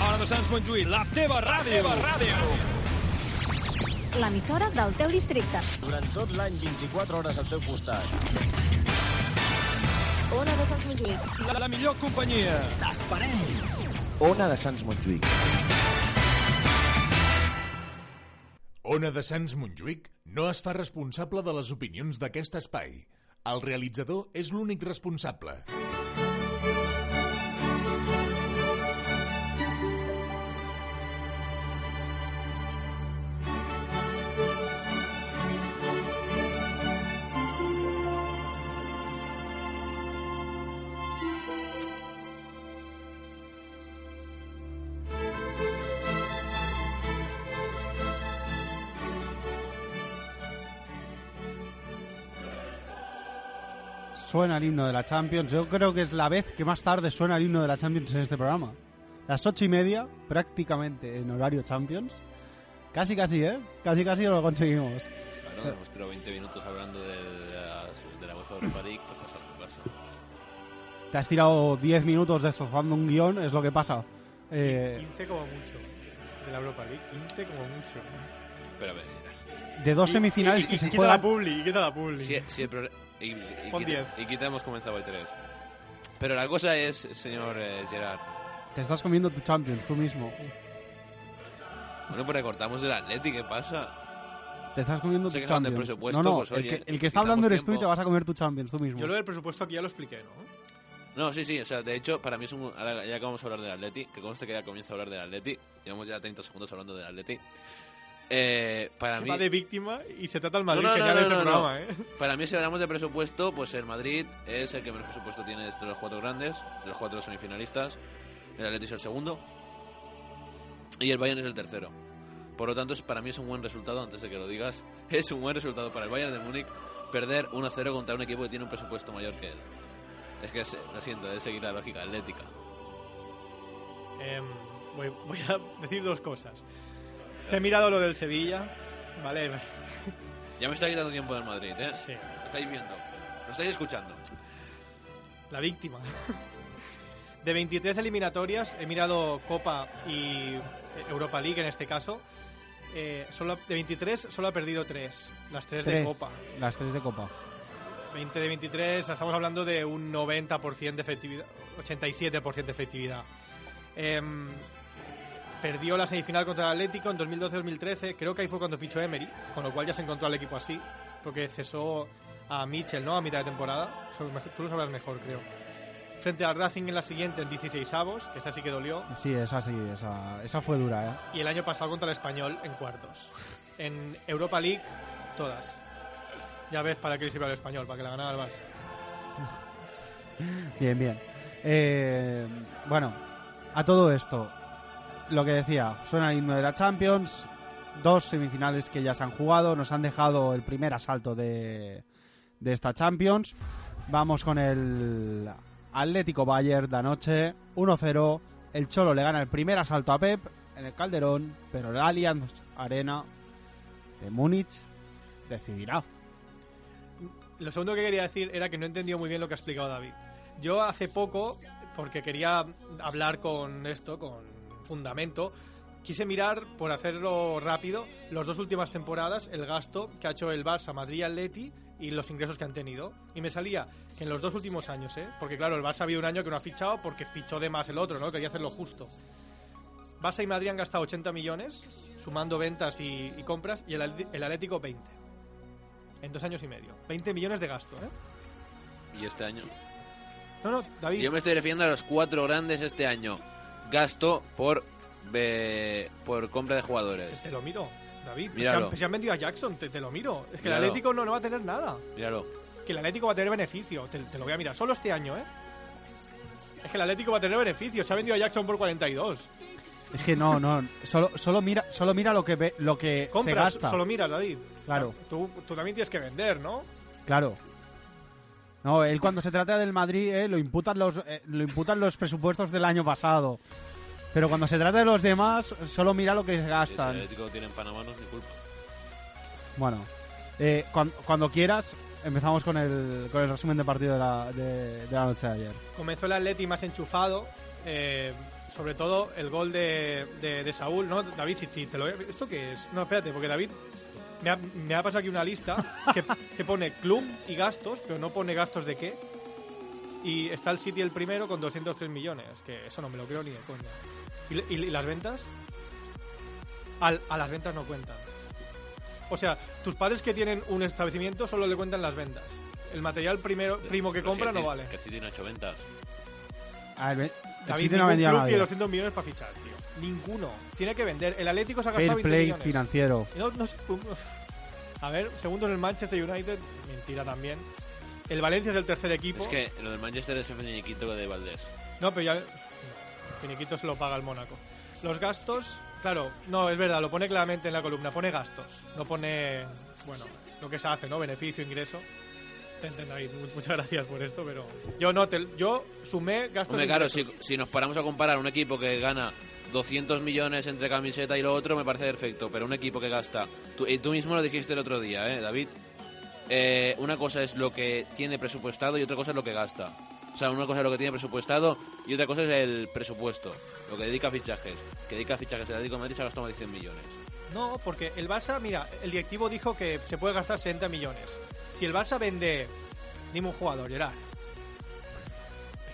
Hora de Sants Montjuïc, la teva ràdio. La teva ràdio.
L'emissora del teu districte.
Durant tot l'any, 24 hores al teu costat.
Ona de Sants Montjuïc.
La, la millor companyia. T'esperem.
Ona de Sants Montjuïc.
Ona de Sants Montjuïc no es fa responsable de les opinions d'aquest espai. El realitzador és l'únic responsable.
Suena el himno de la Champions. Yo creo que es la vez que más tarde suena el himno de la Champions en este programa. Las ocho y media, prácticamente en horario Champions. Casi, casi, ¿eh? Casi, casi lo conseguimos.
Bueno, hemos tirado 20 minutos hablando de la, de la UEFA Europa League. ¿Qué pasa? ¿Qué pasa?
Te has tirado 10 minutos destrozando un guión, es lo que pasa. Eh,
15 como mucho. De la Europa League, 15 como mucho.
Espérame.
de dos
Y-
semifinales
y-
que
y
se
quita la
juegan.
publi, y quita la publi.
Si, si el pro- y, y, y
Pon
quita-
10.
y quita, hemos comenzado hoy tres. Pero la cosa es, señor eh, Gerard,
Te estás comiendo tu Champions tú mismo.
bueno, pues recortamos del Atleti, ¿qué pasa?
Te estás comiendo
Se
tu
quejan del
Champions.
presupuesto,
no, no,
pues,
el,
oye,
que, el que está
quitamos
hablando eres tú y
tiempo.
te vas a comer tu Champions tú mismo.
Yo lo del presupuesto aquí ya lo expliqué, ¿no?
No, sí, sí, o sea, de hecho, para mí es un... Ahora ya acabamos de hablar del Atleti, que conste que ya comienza a hablar del Atleti. Llevamos ya 30 segundos hablando del Atleti. Eh, para
Que
mí...
va de víctima y se trata al Madrid
No, no,
genial
no,
este
no, no.
programa, ¿eh?
Para mí, si hablamos de presupuesto, pues el Madrid es el que menos presupuesto tiene de los cuatro grandes, de los cuatro semifinalistas. El Atlético es el segundo. Y el Bayern es el tercero. Por lo tanto, es- para mí es un buen resultado, antes de que lo digas, es un buen resultado para el Bayern de Múnich perder 1-0 contra un equipo que tiene un presupuesto mayor que él. Es que, es- lo siento, es seguir la lógica atlética.
Em, voy, voy a decir dos cosas. Te he mirado lo del Sevilla, ¿vale?
Ya me está quitando tiempo del Madrid, ¿eh?
Sí.
Lo estáis viendo. Lo estáis escuchando.
La víctima. De 23 eliminatorias, he mirado Copa y eh, Europa League en este caso. Eh, solo, de 23 solo ha perdido 3, las 3 de
Tres,
Copa.
Las tres de copa.
20 de 23, estamos hablando de un 90% de efectividad, 87% de efectividad. Em, perdió la semifinal contra el Atlético en 2012-2013, creo que ahí fue cuando fichó Emery, con lo cual ya se encontró al equipo así, porque cesó a Mitchell, ¿no? A mitad de temporada, Sobre- tú lo sabrás mejor, creo. Frente al Racing en la siguiente, en 16 avos, que esa sí que dolió,
Sí, esa sí, esa, esa fue dura, ¿eh?
y el año pasado contra el Español en cuartos. En Europa League, todas. Ya ves para qué le sirve al Español, para que la ganara el Barça.
Bien, bien. Eh, bueno, a todo esto, lo que decía, suena el himno de la Champions, dos semifinales que ya se han jugado, nos han dejado el primer asalto de, de esta Champions. Vamos con el Atlético Bayern de anoche, 1-0. El Cholo le gana el primer asalto a Pep en el Calderón, pero el Allianz Arena de Múnich decidirá.
Lo segundo que quería decir era que no he entendido muy bien lo que ha explicado David. Yo hace poco, porque quería hablar con esto, con fundamento, quise mirar, por hacerlo rápido, las dos últimas temporadas, el gasto que ha hecho el Barça, Madrid y Atleti y los ingresos que han tenido. Y me salía que en los dos últimos años, ¿eh? porque claro, el Barça había un año que no ha fichado porque fichó de más el otro, ¿no? Quería hacerlo justo. Barça y Madrid han gastado 80 millones, sumando ventas y, y compras, y el Atl- el Atlético 20. En dos años y medio. 20 millones de gasto, ¿eh?
Y este año.
No, no, David.
Yo me estoy refiriendo a los cuatro grandes este año. Gasto por eh, por compra de jugadores.
Te lo miro, David. Se
Míralo.
han, se han vendido a Jackson, te, te lo miro. Es que el
Míralo.
Atlético no, no va a tener nada.
Míralo.
Que el Atlético va a tener beneficio. Te, te lo voy a mirar. Solo este año, ¿eh? Es que el Atlético va a tener beneficio. Se ha vendido a Jackson por 42.
Es que no, no, solo, solo mira, solo mira lo que ve- lo que se
Compras,
gasta.
solo miras, David.
Claro.
Tú, tú también tienes que vender, ¿no?
Claro. No, él cuando se trata del Madrid eh, lo imputan los eh, lo imputan los presupuestos del año pasado. Pero cuando se trata de los demás, solo mira lo que se
Si el
gastan.
Atlético tiene en Panamá, no es mi culpa.
Bueno, eh, cuan- cuando, quieras, empezamos con el, con el resumen de partido de la, de, de la noche de ayer.
Comenzó el Atleti más enchufado. eh, sobre todo el gol de, de- de Saúl, ¿no? David, si, si te lo voy a- ¿Esto qué es? No, espérate, porque David me ha, me ha pasado aquí una lista que, que pone club y gastos, pero no pone gastos de qué. Y está el City el primero con 203 millones, que eso no me lo creo ni de coña. ¿Y, le- y- y las ventas? Al- a las ventas no cuentan. O sea, tus padres que tienen un establecimiento solo le cuentan las ventas. El material primero, primo que
Pero
compra
si el
no
City-
vale.
Que el City no ha hecho ventas.
A ver, el
David,
City no ha
ningún
vendido a
club
nadie.
tiene 200 millones para fichar, tío. Ninguno. Tiene que vender. El Atlético se ha gastado
Fair
20
play
millones.
financiero.
No, no sé cómo. A ver, segundo en el Manchester United. Mentira también. El Valencia es el tercer equipo.
Es que lo del Manchester es el finiquito de Valdés.
No, pero ya. Finiquito se lo paga el Mónaco. Los gastos. Claro, no, es verdad, lo pone claramente en la columna. Pone gastos. No pone. Bueno, lo que se hace, ¿no? Beneficio, ingreso. Te entiendo, David. mu- Muchas gracias por esto, pero. Yo no, te- yo sumé gastos.
Hombre,
e
claro,
ingresos.
si, si nos paramos a comparar un equipo que gana 200 millones entre camiseta y lo otro, me parece perfecto. Pero un equipo que gasta. Tú, y tú mismo lo dijiste el otro día, ¿eh, David? Eh, una cosa es lo que tiene presupuestado y otra cosa es lo que gasta. O sea, una cosa es lo que tiene presupuestado y otra cosa es el presupuesto. Lo que dedica a fichajes. Que dedica a fichajes. El Atlético de Madrid se ha gastado más de 100 millones.
No, porque el Barça, mira, el directivo dijo que se puede gastar 60 millones. Si el Barça vende. Dime un jugador, Gerard.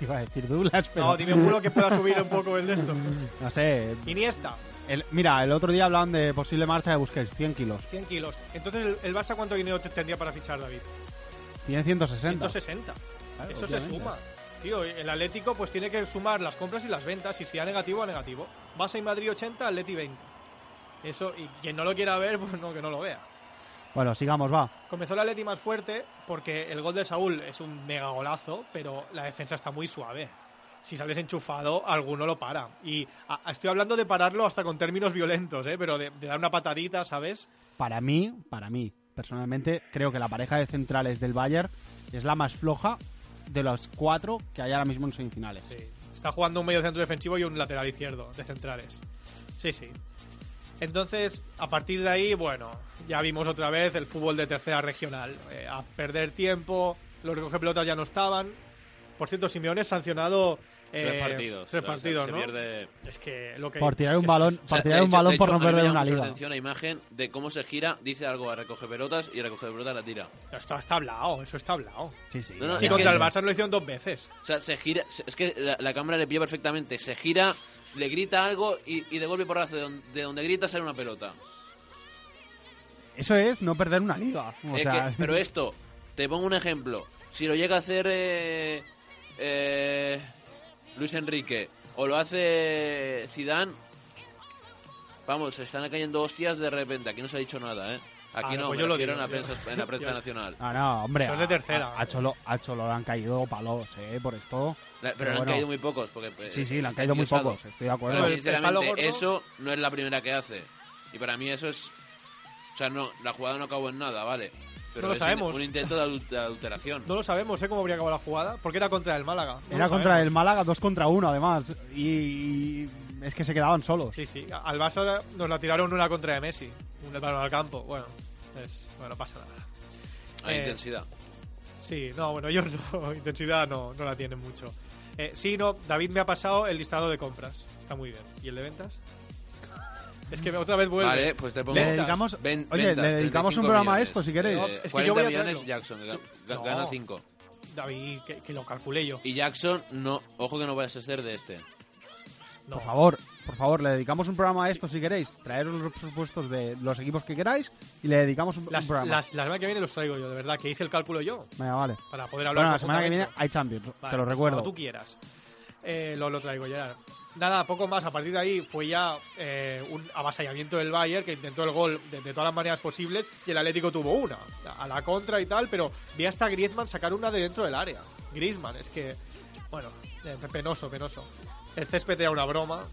Iba a decir Douglas, pero
No, dime uno que pueda subir un poco el de esto.
no sé.
Iniesta,
El- mira, el otro día hablaban de posible marcha de Busquets, 100 kilos.
100 kilos. Entonces, ¿el, el Barça cuánto dinero te- tendría para fichar, David?
Tiene 160.
160.
Claro,
Eso se
obviamente.
suma. Tío, el Atlético pues tiene que sumar las compras y las ventas. Y si sea negativo, a negativo. Barça y Madrid 80, Atleti 20. Eso, y quien no lo quiera ver, pues no, que no lo vea.
Bueno, sigamos, va.
Comenzó el Atleti más fuerte porque el gol de Saúl es un mega golazo, pero la defensa está muy suave. Si sales enchufado, alguno lo para. Y a- a- estoy hablando de pararlo hasta con términos violentos, ¿eh? pero de, de dar una patadita, ¿sabes?
Para mí, para mí, personalmente, creo que la pareja de centrales del Bayern es la más floja de los cuatro que hay ahora mismo en semifinales.
Sí. Está jugando un medio centro defensivo y un lateral izquierdo de centrales. Sí, sí. Entonces, a partir de ahí, bueno, ya vimos otra vez el fútbol de tercera regional. Eh, a perder tiempo, los recoge pelotas ya no estaban. Por cierto, Simeone es sancionado. eh,
tres partidos.
Tres
O sea,
partidos,
se
¿no?
pierde
Es que lo que.
Por tirar un balón,
O sea,
por
de
tirar un
hecho-
balón
de
por no
hecho, a mí me
perder
llama
una
mucho la
liga.
atención la imagen de cómo se gira, dice algo a recoge pelotas y recoge pelotas la tira.
Esto está hablado, eso está hablado.
Sí, sí.
No, no,
la
es
Si
verdad.
que-
contra el Barça lo hicieron dos veces.
O sea, se gira, se- es que la, la cámara le pilla perfectamente, se gira, le grita algo y, y de golpe y porrazo de, don- de donde grita sale una pelota.
Eso es no perder una liga. O
Es
sea,
que- pero esto, te pongo un ejemplo. Si lo llega a hacer eh, eh, Luis Enrique o lo hace Zidane, vamos, se están cayendo hostias de repente. Aquí no se ha dicho nada, ¿eh? Aquí
Ah,
no,
pues
me
yo lo
refiero
digo,
en la
yo-
prensa, en la prensa
yo-
nacional.
Ah, no, hombre.
Eso es de
a-
tercera,
A, a
hombre.
Cholo, a Cholo le han caído palos, eh, por esto.
La- pero,
Pero
le han
bueno.
caído muy pocos. Porque, eh,
Sí, sí, le han
está
caído muy
endiosado.
pocos, estoy de acuerdo.
Pero,
Pero el palo gordo-
sinceramente, eso no es la primera que hace. Y para mí eso es... O sea, no, la jugada no acabó en nada, vale. Pero
No lo
es
sabemos.
Un, un intento de, adul- de adulteración.
No lo sabemos, ¿eh? Cómo habría acabado la jugada. Porque era contra el Málaga. No
Era
lo
contra
sabemos.
el Málaga, dos contra uno, además. Y, y es que se quedaban solos.
Sí, sí. Al Barça nos la tiraron una contra de Messi. Un balón al campo. Bueno, es, bueno, pasa nada.
Hay
eh,
intensidad.
Sí, no, bueno, yo no. Intensidad no, no la tienen mucho. Eh, sí, no, David me ha pasado el listado de compras. Está muy bien. ¿Y el de ventas? Es que otra vez vuelve.
Vale, pues te pongo...
Le
ventas.
dedicamos,
Ven-
oye,
ventas,
le dedicamos
35
un programa a
millones.
esto, si queréis.
Eh,
es que
40
yo voy a
millones
traerlo.
Jackson, ga- ga-
No.
gana 5.
David, que, que lo calculé yo.
Y Jackson, no, ojo que no vayas a ser de este.
No.
Por favor, por favor, le dedicamos un programa a esto si queréis. Traeros los presupuestos de los equipos que queráis y le dedicamos un, un
Las,
programa.
las- la semana que viene los traigo yo, de verdad, que hice el cálculo yo.
Venga, vale.
Para poder hablar
Bueno, la
más
semana que viene
fundamento.
hay Champions,
Vale,
te lo
pues
recuerdo.
Cuando tú quieras. Eh, lo, lo traigo, Gerard. Nada, poco más. A partir de ahí fue ya eh, un avasallamiento del Bayern que intentó el gol de, de todas las maneras posibles y el Atlético tuvo una. A la contra y tal, pero vi hasta Griezmann sacar una de dentro del área. Griezmann, es que... Bueno, eh, penoso, penoso. El césped era una broma.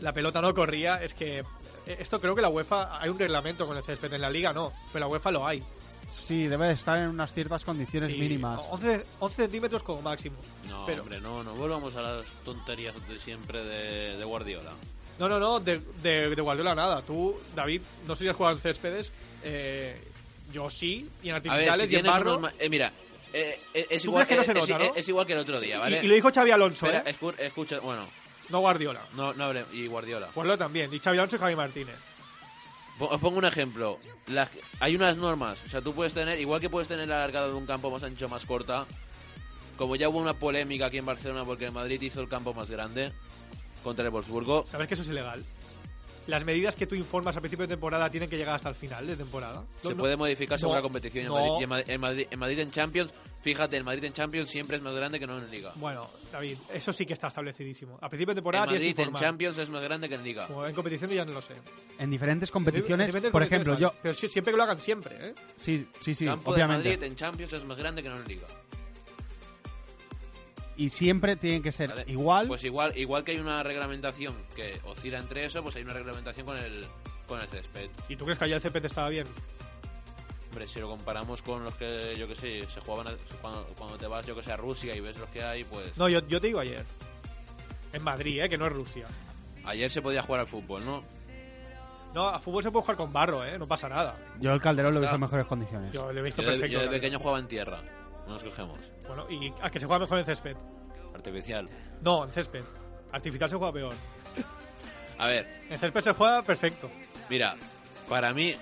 La pelota no corría. Es que... eh, Esto creo que la UEFA... Hay un reglamento con el césped. En la Liga no, pero la UEFA lo hay.
Sí, debe de estar en unas ciertas condiciones
Sí, oh.
mínimas.
11, 11 centímetros como máximo.
No,
Pero-
hombre, no, no volvamos a las tonterías de siempre de, de Guardiola.
No, no, no, de, de, de Guardiola nada. Tú, David, no sé si has jugado en céspeds. eh, yo sí, y en
A ver, si
artificiales y en
tienes
barro.
unos ma- eh, mira, eh, eh, es,
¿Tú
igual,
crees que no se
eh, es,
nota,
eh,
no?
es igual que el otro día,
Y-
¿vale?
y, lo dijo Xavi Alonso,
Espera,
¿eh?
escu- escucha, bueno,
No Guardiola.
no, no hable- y Guardiola.
Guardiola también. Y Xavi Alonso y Javi Martínez.
Po- Os pongo un ejemplo. Las- hay unas normas. O sea, tú puedes tener, igual que puedes tener la largada de un campo más ancho, más corta. Como ya hubo una polémica aquí en Barcelona porque el Madrid hizo el campo más grande contra el Wolfsburgo.
¿Sabes que eso es ilegal? Las medidas que tú informas al principio de temporada tienen que llegar hasta el final de temporada.
Se
No, no.
puede modificar según
no,
la competición. y en
no.
Madrid- y en, Madrid, en, Madrid, en Madrid en Champions, fíjate, el Madrid en Champions siempre es más grande que no en Liga.
Bueno, David, eso sí que está establecidísimo. Al principio de
En
temporada tienes
Madrid
que
en
informar.
Champions es más grande que en Liga.
Como en competición ya no lo sé.
En diferentes competiciones,
Depende de
por
competiciones,
ejemplo,
vale.
yo...
Pero sí- siempre que lo hagan siempre, ¿eh?
Sí, sí, sí,
campo
obviamente.
de Madrid en Champions es más grande que no en Liga.
Y siempre tienen que ser
eh. ¿vale?
igual.
Pues igual, igual que hay una reglamentación que oscila entre eso, pues hay una reglamentación con el con el césped.
¿Y tú crees que allá el CPT estaba bien?
Hombre, si lo comparamos con los que, yo que sé, se jugaban a- cuando, cuando te vas, yo que sé, a Rusia y ves los que hay, pues
No, yo, yo te digo ayer. En Madrid, ¿eh? Que no es Rusia.
ayer se podía jugar al fútbol, ¿no?
No, a fútbol se puede jugar con barro, ¿eh? No pasa nada.
Yo el Calderón lo he visto en
Está.
mejores condiciones.
Yo lo he visto
Yo de,
perfecto.
yo de
la
pequeño jugaba en tierra, no nos cogemos.
verdad. Bueno, y a que se juega mejor en césped.
Artificial.
No, en césped. Artificial se juega peor.
A ver,
En césped se juega perfecto.
mira, para mí...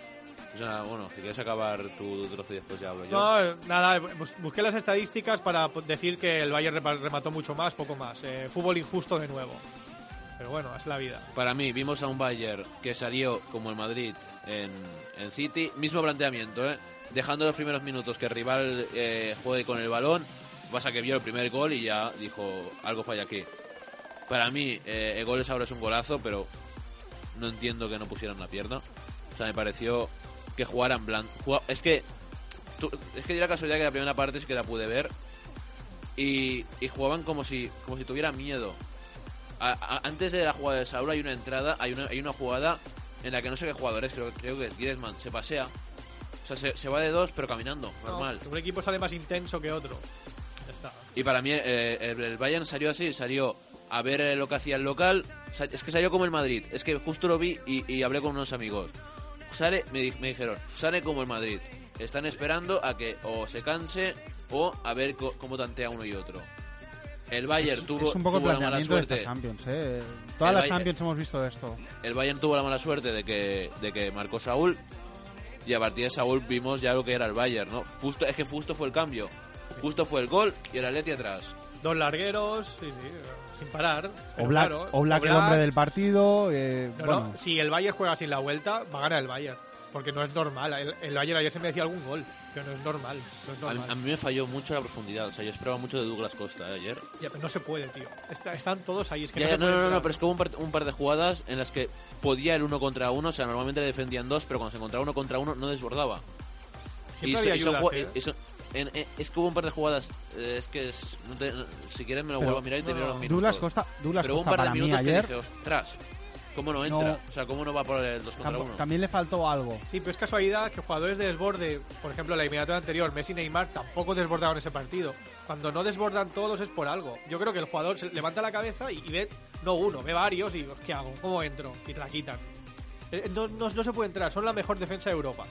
o sea, bueno, si quieres acabar tu trozo y después ya hablo yo.
No, eh, nada, bus- busqué las estadísticas para po- decir que el Bayern repa- remató mucho más, poco más. Eh, fútbol injusto de nuevo. Pero bueno, es la vida.
Para mí, vimos a un Bayern que salió como el Madrid en, en City. Mismo planteamiento, ¿eh? Dejando los primeros minutos que el rival eh, juegue con el balón. Pasa que vio el primer gol y ya dijo, algo falla aquí. Para mí, eh, el gol es ahora es un golazo, pero no entiendo que no pusieran la pierna. O sea, me pareció que jugaran blanco. Es que... tú- es que dio la casualidad que la primera parte sí que la pude ver. Y, y jugaban como si, como si tuviera miedo. A- a- antes de la jugada de Saúl hay una entrada, hay una, hay una jugada en la que no sé qué jugador es, creo, creo que es Griezmann, se pasea. O sea, se, se va de dos, pero caminando,
No,
normal.
Un equipo sale más intenso que otro. Ya está.
Y para mí eh, el, el Bayern salió así, salió a ver eh, lo que hacía el local. Sa- Es que salió como el Madrid. Es que justo lo vi y, y hablé con unos amigos. Sale, me, di- me dijeron, sale como el Madrid. Están esperando a que o se canse o a ver co- cómo tantea uno y otro. El Bayern tuvo,
es un poco el
tuvo la mala
planteamiento de esta
suerte.
Champions, ¿eh? Todas las
Bayern-
Champions hemos visto esto.
El Bayern tuvo la mala suerte de que, de que marcó Saúl. Y a partir de Saúl vimos ya lo que era el Bayern, ¿no? Justo, es que justo fue el cambio. Justo fue el gol y el Atleti atrás.
Dos largueros, sí, sí, sin parar. pero
Oblak,
claro,
Oblak el
Oblak-
hombre del partido. eh,
No,
bueno,
no, si el Bayern juega sin la vuelta, va a ganar el Bayern. Porque no es normal. El, el Bayern ayer se me decía algún gol, pero no es normal. No es
A,
normal.
a mí me falló mucho la profundidad. O sea, yo esperaba mucho de Douglas Costa ¿eh? ayer.
Ya, pero no se puede, tío. Está- están todos ahí. Es que
Ya,
no,
ya,
se
no,
puede
no, no,
entrar.
pero es que hubo un par, un par de jugadas en las que podía el uno contra uno. O sea, normalmente le defendían dos, pero cuando se encontraba uno contra uno no desbordaba.
Siempre
so-
había
son
ayudas,
ju-
eh.
y son- en- en- es que hubo un par de jugadas. eh, es que es- no te- no- si quieres me lo
Pero-
vuelvo a mirar y te
no,
miro
no,
los minutos.
Douglas Costa, Douglas
pero hubo un
Costa
par de
para mí
minutos
ayer.
que dije, ostras, ¿cómo no entra?
No.
O sea, ¿cómo no va por el dos contra
tampo-
uno?
También le faltó algo.
Sí, pero es casualidad que jugadores de desborde, por ejemplo, la eliminatoria anterior, Messi y Neymar, tampoco desbordaron ese partido. Cuando no desbordan todos es por algo. Yo creo que el jugador se levanta la cabeza y, y ve, no uno, ve varios y ¿qué hago? ¿Cómo entro? Y te la quitan. Eh, No, no- no se puede entrar, son la mejor defensa de Europa.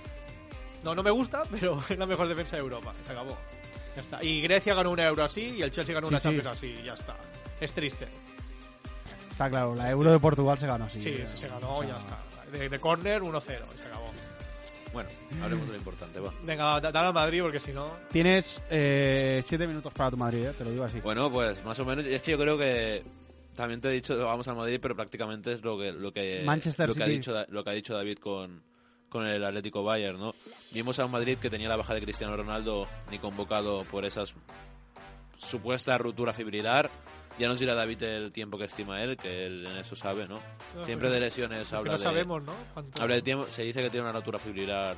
No, no me gusta, pero es la mejor defensa de Europa. Se acabó. Ya está. Y Grecia ganó una euro así y el Chelsea ganó
Sí,
una
sí.
Champions así. y Ya está. Es triste.
Está claro, la Euro de Portugal se ganó así.
Sí,
eh,
se ganó,
o sea,
ya está. De, de córner, 1-0. y Se acabó.
Bueno, hablemos de lo importante, va.
Venga, da- dale al Madrid porque si no.
Tienes eh, siete minutos para tu Madrid, eh, te lo digo así.
Bueno, pues más o menos. Es que yo creo que también te he dicho vamos al Madrid, pero prácticamente es lo que lo que
Manchester
lo que ha
City.
dicho Da- lo que ha dicho David con con el Atlético Bayern, ¿no? Vimos a un Madrid que tenía la baja de Cristiano Ronaldo ni convocado por esas supuesta ruptura fibrilar. Ya nos dirá David el tiempo que estima él, que él en eso sabe, ¿no?
No,
Siempre de
pero-
lesiones
Porque
habla
no
de
sabemos, ¿no? ¿Cuánto?
habla de tiempo, se dice que tiene una rotura fibrilar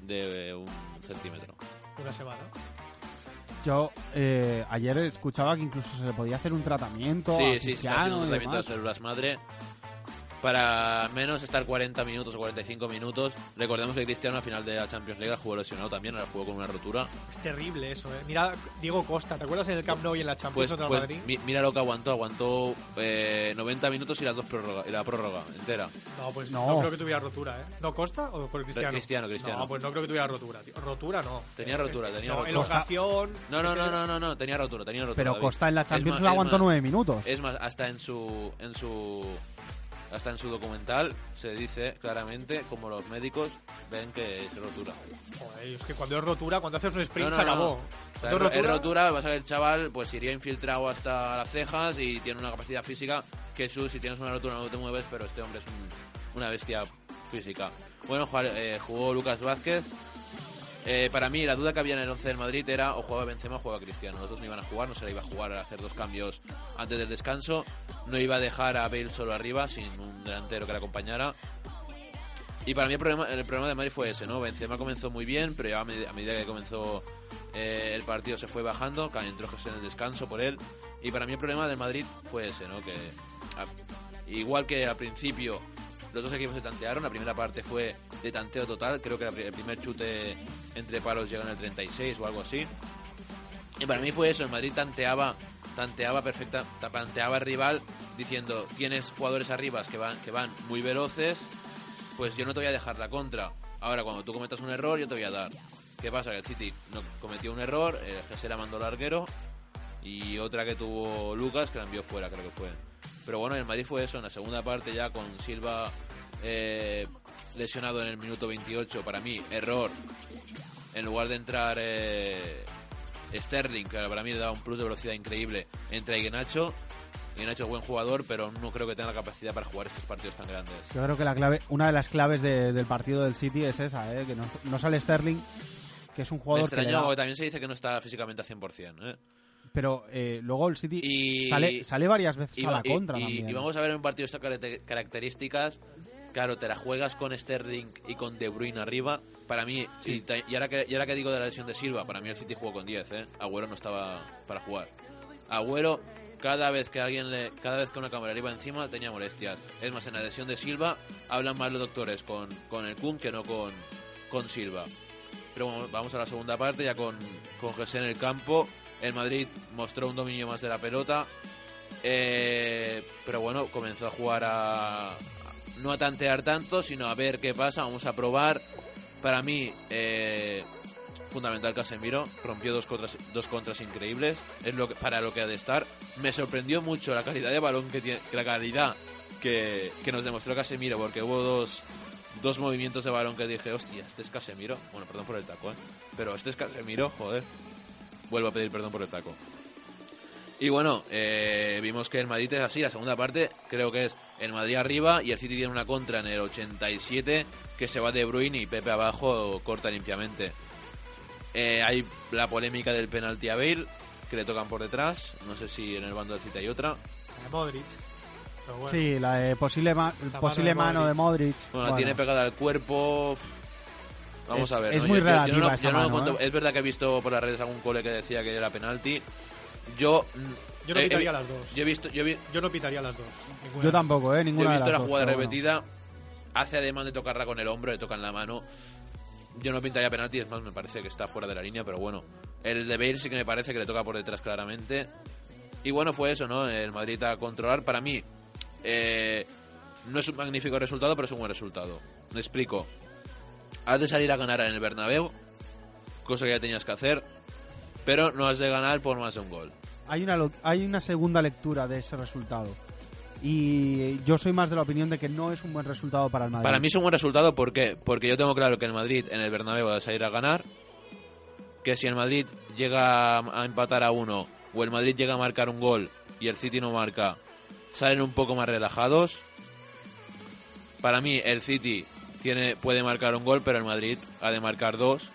de eh, un centímetro.
Una semana.
Yo eh, ayer escuchaba que incluso se le podía hacer un tratamiento. a
Sí, sí, está
Cristiano
haciendo un
y
tratamiento de
demás.
células madre para al menos estar 40 minutos o 45 minutos. Recordemos que Cristiano al final de la Champions League jugó lesionado también, ahora jugó con una rotura.
Es terrible eso, ¿eh? Mira, Diego Costa, ¿te acuerdas en el Camp Nou y en la
Pues,
Champions contra el
pues
Madrid?
mi- mira lo que aguantó, aguantó eh, 90 minutos y las dos prórroga, y la prórroga entera.
No, pues
No.
no. creo que tuviera rotura, ¿eh? ¿No Costa o por Cristiano?
Cristiano, Cristiano.
No, pues no creo que tuviera rotura, tío. Rotura no.
Tenía rotura, tenía
no,
rotura.
Elongación.
No, no, no, no, no, no, tenía rotura, tenía rotura.
Pero
David.
Costa en la
Es
Champions
más-
lo
es
aguantó
más-
nueve minutos.
Es más, hasta en su en su hasta en su documental se dice claramente como los médicos ven que es rotura.
Joder, es que cuando es rotura, cuando haces un sprint,
No, no,
se
no.
acabó.
O sea,
Cuando
es
es rotura,
rotura, vas a ver el chaval, pues iría infiltrado hasta las cejas y tiene una capacidad física que su, si tienes una rotura no te mueves, pero este hombre es un- una bestia física. Bueno, jugó, eh, jugó Lucas Vázquez. Eh, para mí la duda que había en el 11 del Madrid era o jugaba Benzema o jugaba Cristiano. Los dos no iban a jugar, no se le iba a jugar a hacer dos cambios antes del descanso. No iba a dejar a Bale solo arriba sin un delantero que le acompañara. Y para mí el problema, el problema de Madrid fue ese, ¿no? Benzema comenzó muy bien, pero ya a, medi- a medida que comenzó eh, el partido se fue bajando, ca- entró José en el descanso por él. Y para mí el problema del Madrid fue ese, ¿no? Que a- igual que al principio los dos equipos se tantearon, la primera parte fue de tanteo total, creo que la pri- el primer chute entre palos llegó en el 36 o algo así. Y para mí fue eso, el Madrid tanteaba, tanteaba perfecta, ta- tanteaba al rival diciendo, tienes jugadores arriba que van, que van muy veloces, pues yo no te voy a dejar la contra. Ahora, cuando tú cometas un error, yo te voy a dar. ¿Qué pasa? Que el City no cometió un error, el GC la mandó al larguero y otra que tuvo Lucas que la envió fuera, creo que fue. Pero bueno, el Madrid fue eso, en la segunda parte ya con Silva eh, lesionado en el minuto 28, para mí, error. En lugar de entrar eh, Sterling, que para mí le da un plus de velocidad increíble, entra Iguenacho. Iguenacho es buen jugador, pero no creo que tenga la capacidad para jugar estos partidos tan grandes.
Yo creo que la clave, una de las claves de- del partido del City es esa, eh, que no, no sale Sterling, que es un
Me
jugador que le
extrañó,
da-
porque también se dice que no está físicamente al 100%. ¿eh?
pero eh, luego el City
Y-
sale, sale varias veces a la
va-
contra
y-
también. eh.
y vamos a ver en un partido de estas caracter- características. Claro, te la juegas con Sterling y con De Bruyne arriba. Para mí, y, ta- y ahora que, y ahora que digo de la lesión de Silva, para mí el City jugó con 10, ¿eh? Agüero no estaba para jugar. Agüero, cada vez que alguien le, cada vez que una cámara le iba encima, tenía molestias. Es más, en la lesión de Silva hablan más los doctores con, con el Kun que no con, con Silva. Pero bueno, vamos a la segunda parte, ya con, con José en el campo. El Madrid mostró un dominio más de la pelota. eh, pero bueno, comenzó a jugar a. No a tantear tanto, sino a ver qué pasa. Vamos a probar. Para mí, eh, fundamental Casemiro. Rompió dos contras, dos contras increíbles. Es lo que, para lo que ha de estar. Me sorprendió mucho la calidad de balón que tiene. La calidad que, que nos demostró Casemiro, porque hubo dos, dos movimientos de balón que dije, hostia, este es Casemiro. Bueno, perdón por el tacón, pero este es Casemiro, joder. Vuelvo a pedir perdón por el taco. Y bueno, eh, vimos que el Madrid es así, la segunda parte creo que es el Madrid arriba y el City tiene una contra en el 87 que se va De Bruyne y Pepe abajo corta limpiamente. Eh, hay la polémica del penalti a Bale, que le tocan por detrás, no sé si en el bando del City hay otra.
A eh, Modric. Pero bueno.
Sí, la de posible, ma-
mano
posible
de
mano de Modric.
Bueno,
Bueno,
la tiene pegada al cuerpo. Vamos
Es-
a ver.
es
¿no?
muy
Yo- yo- yo no
relativa
lo-
esa
yo no lo
mano,
cuento-
¿eh?
Es verdad que he visto por las redes algún cole que decía que era penalti. Yo. mm,
Yo no
he- he
pitaría
vi-
las dos.
Yo he visto, yo he vi- yo
Yo no pitaría las dos. ninguna.
yo tampoco, ¿eh?
he
Ninguna
visto
de
la
las dos,
jugada
pero bueno.
repetida. Hace además de tocarla con el hombro, le tocan la mano. Yo no pintaría penalti, es más, me parece que está fuera de la línea, pero bueno. El de Bale sí que me parece que le toca por detrás claramente. Y bueno, fue eso, ¿no? El Madrid a controlar. Para mí, eh, no es un magnífico resultado, pero es un buen resultado. Me explico. Has de salir a ganar en el Bernabéu, cosa que ya tenías que hacer, pero no has de ganar por más de un gol.
Hay una, lo- hay una segunda lectura de ese resultado. Y yo soy más de la opinión de que no es un buen resultado para el Madrid.
Para mí es un buen resultado, ¿por qué? Porque yo tengo claro que el Madrid en el Bernabéu va a salir a ganar, que si el Madrid llega a empatar a uno o el Madrid llega a marcar un gol y el City no marca, salen un poco más relajados. Para mí el City tiene puede marcar un gol, pero el Madrid ha de marcar dos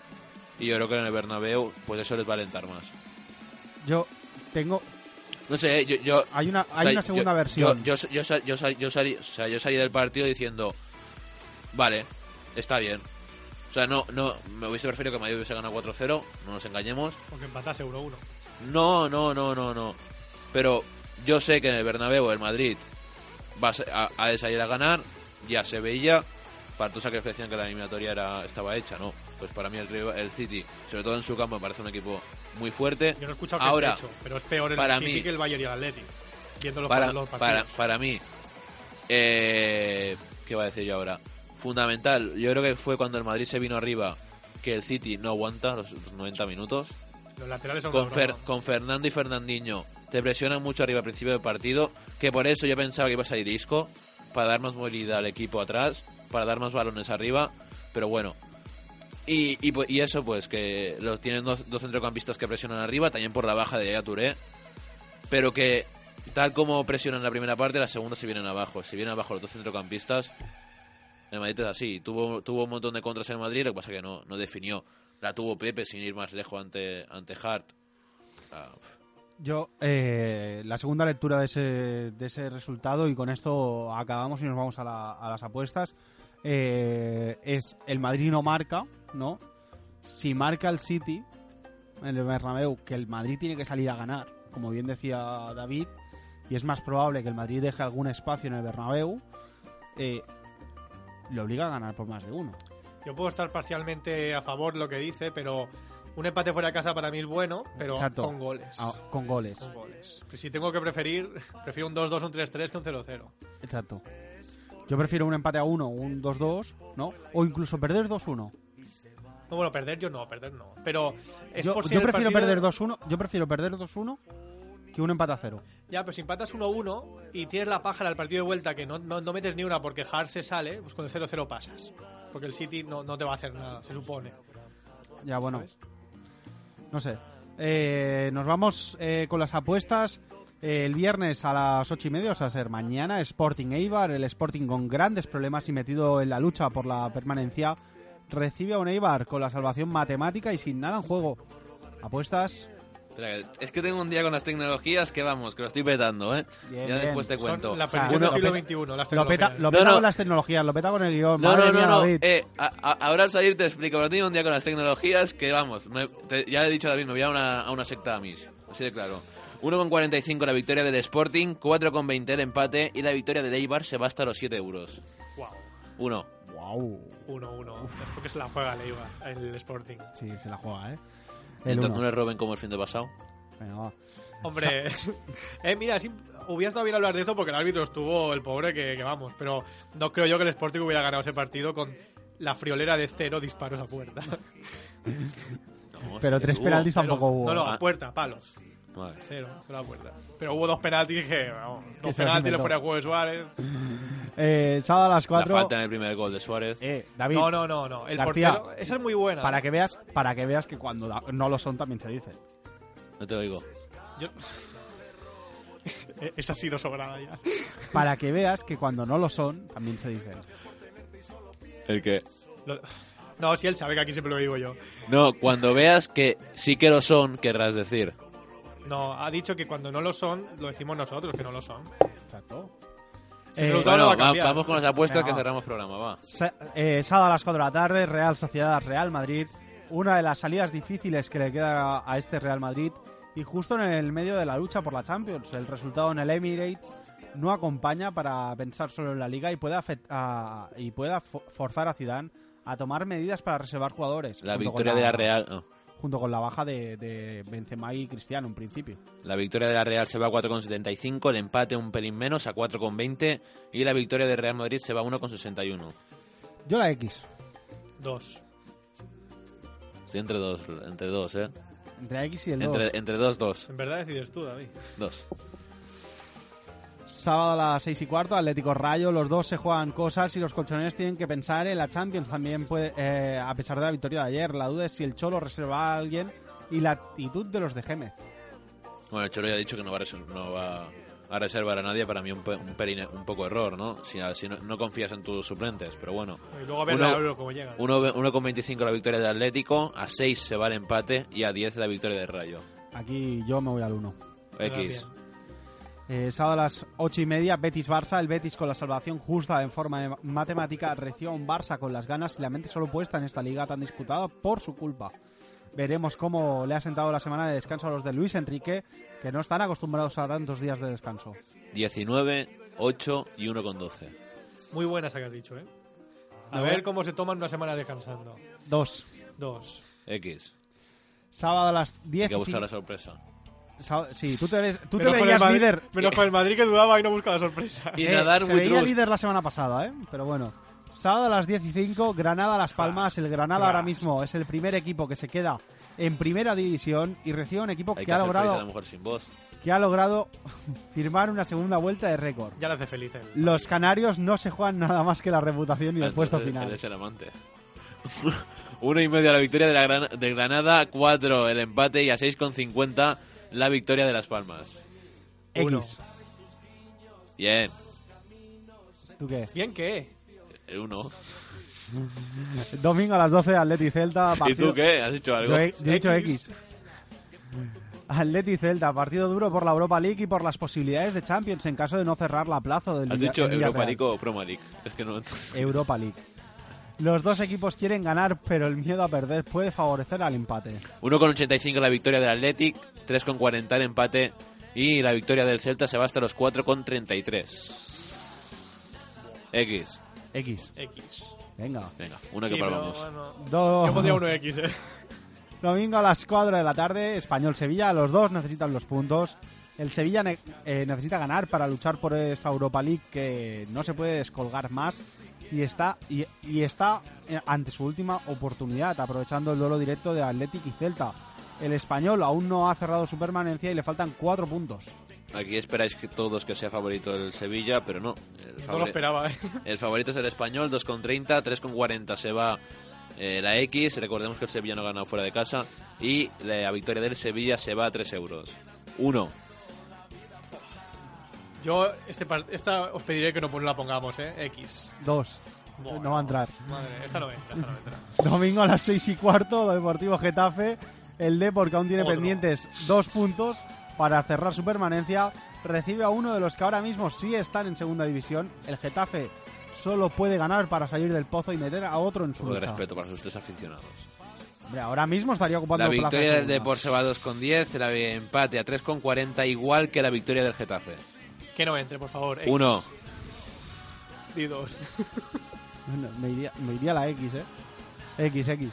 y yo creo que en el Bernabéu pues eso les va a alentar más.
Yo tengo...
No sé, eh, yo, yo-
Hay una,
o
hay
sea,
una
yo-
segunda versión.
Yo, yo, yo sal- yo sal- yo salí, o sea, yo salí del partido diciendo, vale, está bien. O sea, no, no, me hubiese preferido que Madrid hubiese ganado 4-0, no nos engañemos.
Porque empatase 1-1.
No, no, no, no, no. Pero yo sé que en el Bernabéu el Madrid va a, se- a- ha de salir a ganar, ya se veía. Para todos aquellos que decían que la eliminatoria era, estaba hecha, no. Pues para mí el, rival- el City, sobre todo en su campo, me parece un equipo muy fuerte.
Yo no he escuchado que
Ahora,
es hecho, pero es peor el
para
City
mí-
que el Bayern y el Atleti. Viendo los,
para,
los partidos.
para, para mí, eh, ¿qué va a decir yo ahora? Fundamental, yo creo que fue cuando el Madrid se vino arriba que el City no aguanta los 90 minutos.
los laterales son
Con,
una
Fer-
broma.
con Fernando y Fernandinho te presionan mucho arriba al principio del partido, que por eso yo pensaba que iba a salir Isco, para dar más movilidad al equipo atrás, para dar más balones arriba, pero bueno. Y, y pu- y eso, pues, que los tienen dos, dos centrocampistas que presionan arriba, también por la baja de Yaya Touré, pero que tal como presionan la primera parte, la segunda se vienen abajo. Si vienen abajo los dos centrocampistas, el Madrid es así. Tuvo, tuvo un montón de contras en Madrid, lo que pasa que no, no definió. La tuvo Pepe sin ir más lejos ante, ante Hart. Ah,
Yo, eh, la segunda lectura de ese, de ese resultado, y con esto acabamos y nos vamos a, la- a las apuestas, eh, es el Madrid no marca, ¿no? Si marca el City en el Bernabéu, que el Madrid tiene que salir a ganar, como bien decía David, y es más probable que el Madrid deje algún espacio en el Bernabéu, eh, le obliga a ganar por más de uno.
Yo puedo estar parcialmente a favor de lo que dice, pero un empate fuera de casa para mí es bueno, pero
Exacto.
con goles.
Ah, con goles.
Con goles. Pues Si tengo que preferir, prefiero un 2-2, un 3-3 que un 0-0.
Exacto. Yo prefiero un empate a uno, un 2-2, ¿no? O incluso perder 2-1.
No, bueno, perder yo no, perder no. Pero es
Yo,
por si
yo
el
prefiero perder
partido-
2-1, yo prefiero perder 2-1 que un empate a cero.
Ya, pero si empatas 1-1 y tienes la pájara al partido de vuelta que no, no, no metes ni una porque Hart se sale, pues con el 0-0 pasas. Porque el City no, no te va a hacer nada, se supone.
Ya bueno,
¿Sabes?
no sé. Eh, nos vamos eh, con las apuestas. Eh, el viernes a las ocho y media, o sea, a ser mañana, Sporting Eibar, el Sporting con grandes problemas y metido en la lucha por la permanencia, recibe a un Eibar con la salvación matemática y sin nada en juego. Apuestas.
espera, que- es que tengo un día con las tecnologías que vamos, que lo estoy petando, ¿eh?
Bien,
ya después
bien.
te cuento.
Son la
sea,
perdición del
Ah. uno-
siglo
lo peta-
XXI, las
Lo peta,
tecnologías.
lo
No,
peta
no.
con las tecnologías, lo peta con el guión.
No,
Madre
no, no,
mía,
no.
David.
Eh, a- a- ahora al salir te explico, pero tengo un día con las tecnologías que vamos. me- te- ya he dicho a David, me voy a una, a una secta a mis. Así de claro. 1,45 la victoria del Sporting, 4,20 el empate y la victoria del Eibar se va hasta los 7 euros.
Guau.
Uno.
Guau.
1-1. Es porque se la juega el Eibar, el Sporting.
Sí, se la juega, ¿eh? El
Entonces
uno.
no le roben como el fin de pasado.
Venga, va.
Hombre, eh, mira, sí, hubiera estado bien hablar de esto porque el árbitro estuvo el pobre que, que vamos, pero no creo yo que el Sporting hubiera ganado ese partido con la friolera de cero disparos a puerta.
No, uh,
Pero
sí,
tres
hubo.
penaltis tampoco
Cero.
hubo.
No, no, a
Ah.
puerta, palos.
Vale.
Cero, cero a puerta. Pero hubo dos penaltis que, vamos, dos
se los
penaltis, le
inventó.
fuera de juego de Suárez.
Eh, sábado a las
La
4.
falta en el primer gol de Suárez.
Eh, David,
No, no, no, no. El
García,
portero, esa es muy buena.
para que veas, para que veas que cuando da- no lo son también se dice.
No te oigo.
Yo- Eh, esa ha sido sobrada ya.
Para que veas que cuando no lo son también se dicen.
El que.
Lo- No, si él sabe que aquí siempre lo digo yo.
No, cuando veas que sí que lo son, querrás decir.
No, ha dicho que cuando no lo son, lo decimos nosotros que no lo son.
Exacto. Eh,
Sí, pero todo
Bueno,
lo va
va-
a cambiar.
vamos con las apuestas
Venga,
que
va.
cerramos programa, va.
Sa- eh, sábado a las 4 de la tarde, Real Sociedad, Real Madrid. Una de las salidas difíciles que le queda a este Real Madrid. Y justo en el medio de la lucha por la Champions. El resultado en el Emirates no acompaña para pensar solo en la liga y puede, afect- a- y pueda fo- forzar a Zidane a tomar medidas para reservar jugadores.
La
junto con
victoria de la Real. no.
Junto con la baja de, de Benzema y Cristiano en principio.
La victoria de la Real se va a 4,75, el empate un pelín menos a 4,20 y la victoria de Real Madrid se va a 1,61.
Yo la X.
Dos.
Estoy entre dos, entre dos, ¿eh?
Entre la X y el 2.
Entre, entre dos, dos,
En verdad decides tú, David.
dos.
Sábado a las 6 y cuarto, Atlético Rayo. Los dos se juegan cosas y los colchoneros tienen que pensar en la Champions también, puede, eh, a pesar de la victoria de ayer. La duda es si el Cholo reserva a alguien y la actitud de los de Gémez.
Bueno, el Cholo ya ha dicho que no va a, reser- no va a reservar a nadie, para mí un, pe- un, pelín- un poco error, ¿no? Si, ah, si no, no confías en tus suplentes, pero bueno.
Y luego a ver
Uno-
la Euro cómo llega.
1,25 la victoria del Atlético, a 6 se va el empate y a 10 la victoria del Rayo.
Aquí yo me voy al 1.
X.
Eh, sábado a las 8 y media, Betis-Barça. El Betis con la salvación justa en forma de matemática recibe a un Barça con las ganas y la mente solo puesta en esta liga tan disputada por su culpa. Veremos cómo le ha sentado la semana de descanso a los de Luis Enrique, que no están acostumbrados a tantos días de descanso.
19, 8 y 1,12.
Muy buena esa que has dicho, ¿eh? A
No.
ver cómo se toman una semana descansando.
Dos.
Dos.
X.
Sábado a las 10
Hay que
y
buscar la
quin-
sorpresa.
sábado- Sí, tú te, ves, tú te
Menos con el
veías
Madrid-
líder.
Menos con el Madrid que dudaba y no buscaba sorpresa.
Y
Eh,
nadar
se
muy
veía
trust.
líder la semana pasada, ¿eh? Pero bueno. Sábado a las 10 y 5, Granada Las Palmas. El Granada ahora mismo es el primer equipo que se queda en primera división y recibe un equipo
Hay
que,
que
ha
hacer feliz a la
logrado,
mujer sin voz.
que ha logrado firmar una segunda vuelta de récord.
Ya la hace feliz él.
Los canarios no se juegan nada más que la reputación y el
Entonces,
puesto
Él
final.
es el amante. Uno y medio la victoria de, la Gran- de Granada, 4 el empate y a 6,50 la victoria de Las Palmas.
Uno.
X.
Bien,
¿Tú qué?
¿Bien E. qué?
el 1.
Domingo a las 12, Atleti Celta.
¿Y
partido-
tú qué? ¿Has dicho algo?
Yo he, yo he dicho
X.
X. Atleti Celta, partido duro por la Europa League y por las posibilidades de Champions en caso de no cerrar la plaza del
¿Has
Villa-
dicho
del
Europa
Villarreal.
League o Proma League? Es que no.
Europa League. Los dos equipos quieren ganar, pero el miedo a perder puede favorecer al empate.
1,85 la victoria del Athletic, 3,40 el empate y la victoria del Celta se va hasta los 4,33. X.
X.
X.
Venga.
Venga, una que
Sí, pero eh,
probamos.
bueno.
Do-
Yo pondría uno X, ¿eh?
Domingo a las 4 de la tarde, Español-Sevilla. Los dos necesitan los puntos. El Sevilla ne- eh, necesita ganar para luchar por esta Europa League que no se puede descolgar más y está, y, y está eh, ante su última oportunidad, aprovechando el duelo directo de Athletic y Celta. El Español aún no ha cerrado su permanencia y le faltan 4 puntos.
Aquí esperáis que todos que sea favorito el Sevilla, pero no. El,
No lo
favori-
esperaba, ¿eh?
el favorito es el español, 2,30, 3,40 se va eh, la X. Recordemos que el Sevilla no ha ganado fuera de casa y la victoria del Sevilla se va a 3 euros. 1.
Yo este par- esta os pediré que no la pongamos, ¿eh? X.
2.
Bueno.
No va a entrar.
Madre, esta no entra, esta no entra.
Domingo a las 6 y cuarto, Deportivo Getafe. El Depor, que aún tiene
Otro.
pendientes dos puntos para cerrar su permanencia, recibe a uno de los que ahora mismo sí están en segunda división. El Getafe solo puede ganar para salir del pozo y meter a otro en su
Por
lucha.
respeto para sus tres aficionados.
Hombre, ahora mismo estaría ocupando
La
plaza de
victoria del
segunda.
Depor se va a 2,10, el empate a 3,40, igual que la victoria del Getafe.
Que no entre, por favor. X.
1.
Y dos.
Bueno, me, iría, me iría la X, ¿eh? X, X.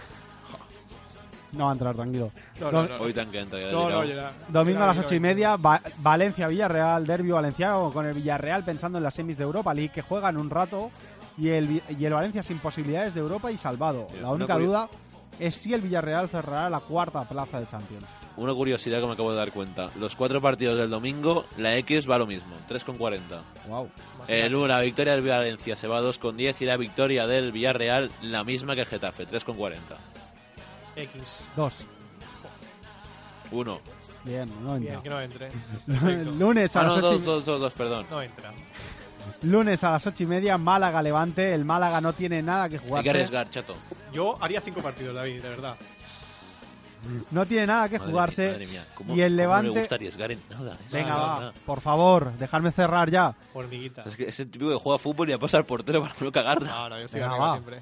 No va a entrar, tranquilo.
No, no, no.
Hoy tan que entra, ya
No, no,
dirá.
Gerard.
Domingo a
Gerard,
las ocho y
Gerard.
media, Va- Valencia-Villarreal, derbi valenciano con el Villarreal pensando en las semis de Europa League que juegan un rato y el, Vi- y el Valencia sin posibilidades de Europa y salvado.
Es
La
una
única
curio-
duda es si el Villarreal cerrará la cuarta plaza de Champions.
Una curiosidad que me acabo de dar cuenta. Los cuatro partidos del domingo, la X va lo mismo, 3,40.
Wow.
El, uno, la victoria del Valencia se va a 2,10 y la victoria del Villarreal, la misma que el Getafe, 3,40.
X.
Dos.
Uno.
Bien, no entra.
Bien, que no entre. Perfecto.
lunes, a
Ah,
las
no,
ocho y-
dos, dos, dos, dos, perdón.
No entra.
lunes a las ocho y media, Málaga Levante. El Málaga no tiene nada que jugar.
Hay que arriesgar, chato.
Yo haría cinco partidos, David, de verdad.
No tiene nada que
Madre
jugarse.
mía, madre mía, ¿cómo-
y el
cómo
Levante.
No le gusta arriesgar en nada. es
Venga,
verdad.
va, por favor, dejadme cerrar ya.
Hormiguita.
Es que es el típico que juega fútbol y la pasa al portero para no cagarla.
No, no, yo estoy
Venga,
arriba
va.
siempre.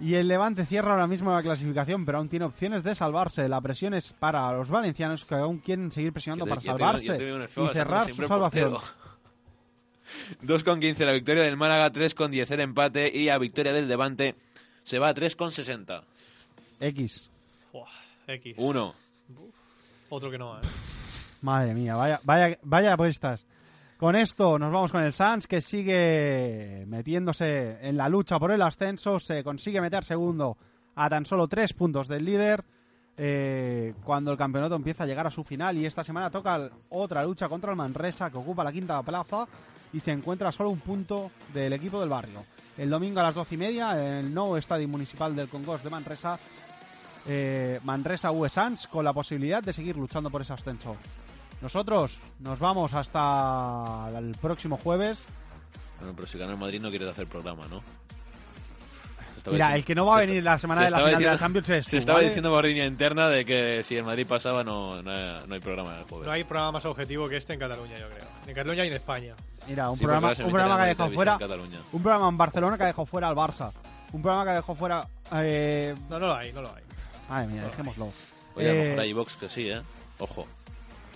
Y el Levante cierra ahora mismo la clasificación, pero aún tiene opciones de salvarse. La presión es para los valencianos que aún quieren seguir presionando
Yo te-
para
yo te-
salvarse
yo te veo en el fuego,
y cerrar
siempre
su
el
salvación.
portero. 2,15 la victoria del Málaga, 3,10 el empate y la victoria del Levante se va a 3,60.
X.
Buah, X.
Uno.
Otro que no, ¿eh?
Madre mía, vaya, vaya, vaya apuestas. Con esto nos vamos con el Sans que sigue metiéndose en la lucha por el ascenso. Se consigue meter segundo a tan solo tres puntos del líder. eh, cuando el campeonato empieza a llegar a su final y esta semana toca l- otra lucha contra el Manresa que ocupa la quinta plaza y se encuentra a solo un punto del equipo del barrio. El domingo a las doce y media en el nuevo estadio municipal del Congos de Manresa, eh, Manresa UE Sans con la posibilidad de seguir luchando por ese ascenso. Nosotros nos vamos hasta el próximo jueves.
Bueno, pero si gana el Madrid no quieres hacer programa, ¿no? Se estaba
Mira,
diciendo-
el que no va a
se
venir la
esta-
semana
se
de la final
estaba
de la
diciendo-
Champions es
Se
tú,
estaba
¿vale?
diciendo borriña interna de que si el Madrid pasaba no, no, no hay programa el jueves.
No hay programa más objetivo que este en Cataluña, yo creo. En Cataluña y en España.
Mira, un
Sí, porque
programa,
va a ser
un programa que ha
italiano
dejado
de
fuera,
televisión en Cataluña.
un programa en Barcelona que ha dejado fuera al Barça, un programa que ha dejado fuera, eh,
No, no lo hay, no lo hay.
madre mía, dejémoslo.
Oye, a lo mejor
Eh,
hay Evox que sí, ¿eh? Ojo.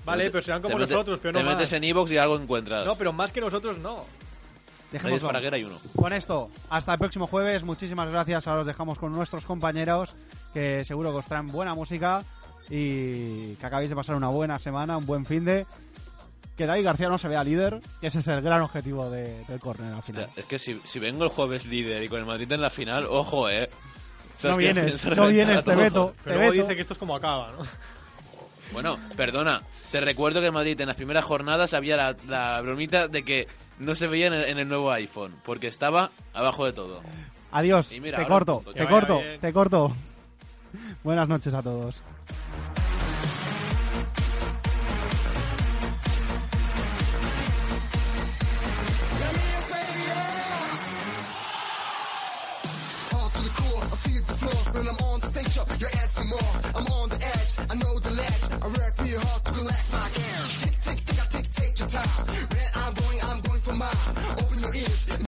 Vale,
Te-
pero serán
te
como
metes-
nosotros, pero
Te
no más.
metes en Evox y algo encuentras.
No, pero más que nosotros no.
Reyes
dejémoslo.
Paraguera hay uno.
Con esto, hasta el próximo jueves. Muchísimas gracias. Ahora os dejamos con nuestros compañeros que seguro que os traen buena música y que acabéis de pasar una buena semana, un buen fin de. Que David García no se vea líder, que ese es el gran objetivo de- del córner al final.
Hostia, es que si, si vengo el jueves líder y con el Madrid en la final, ojo, eh. O sea,
No
es que
vienes,
pienso
no
reventar
vienes,
a
te
todos.
veto, te
Pero luego
veto.
dice que esto es como acaba, ¿no?
Bueno, perdona. Te recuerdo que el Madrid en las primeras jornadas había la, la bromita de que no se veía en el, en el nuevo iPhone, porque estaba abajo de todo.
Adiós,
Y mira,
te
ahora
corto,
un punto.
te
Que vaya
corto,
bien.
te corto. Buenas noches a todos.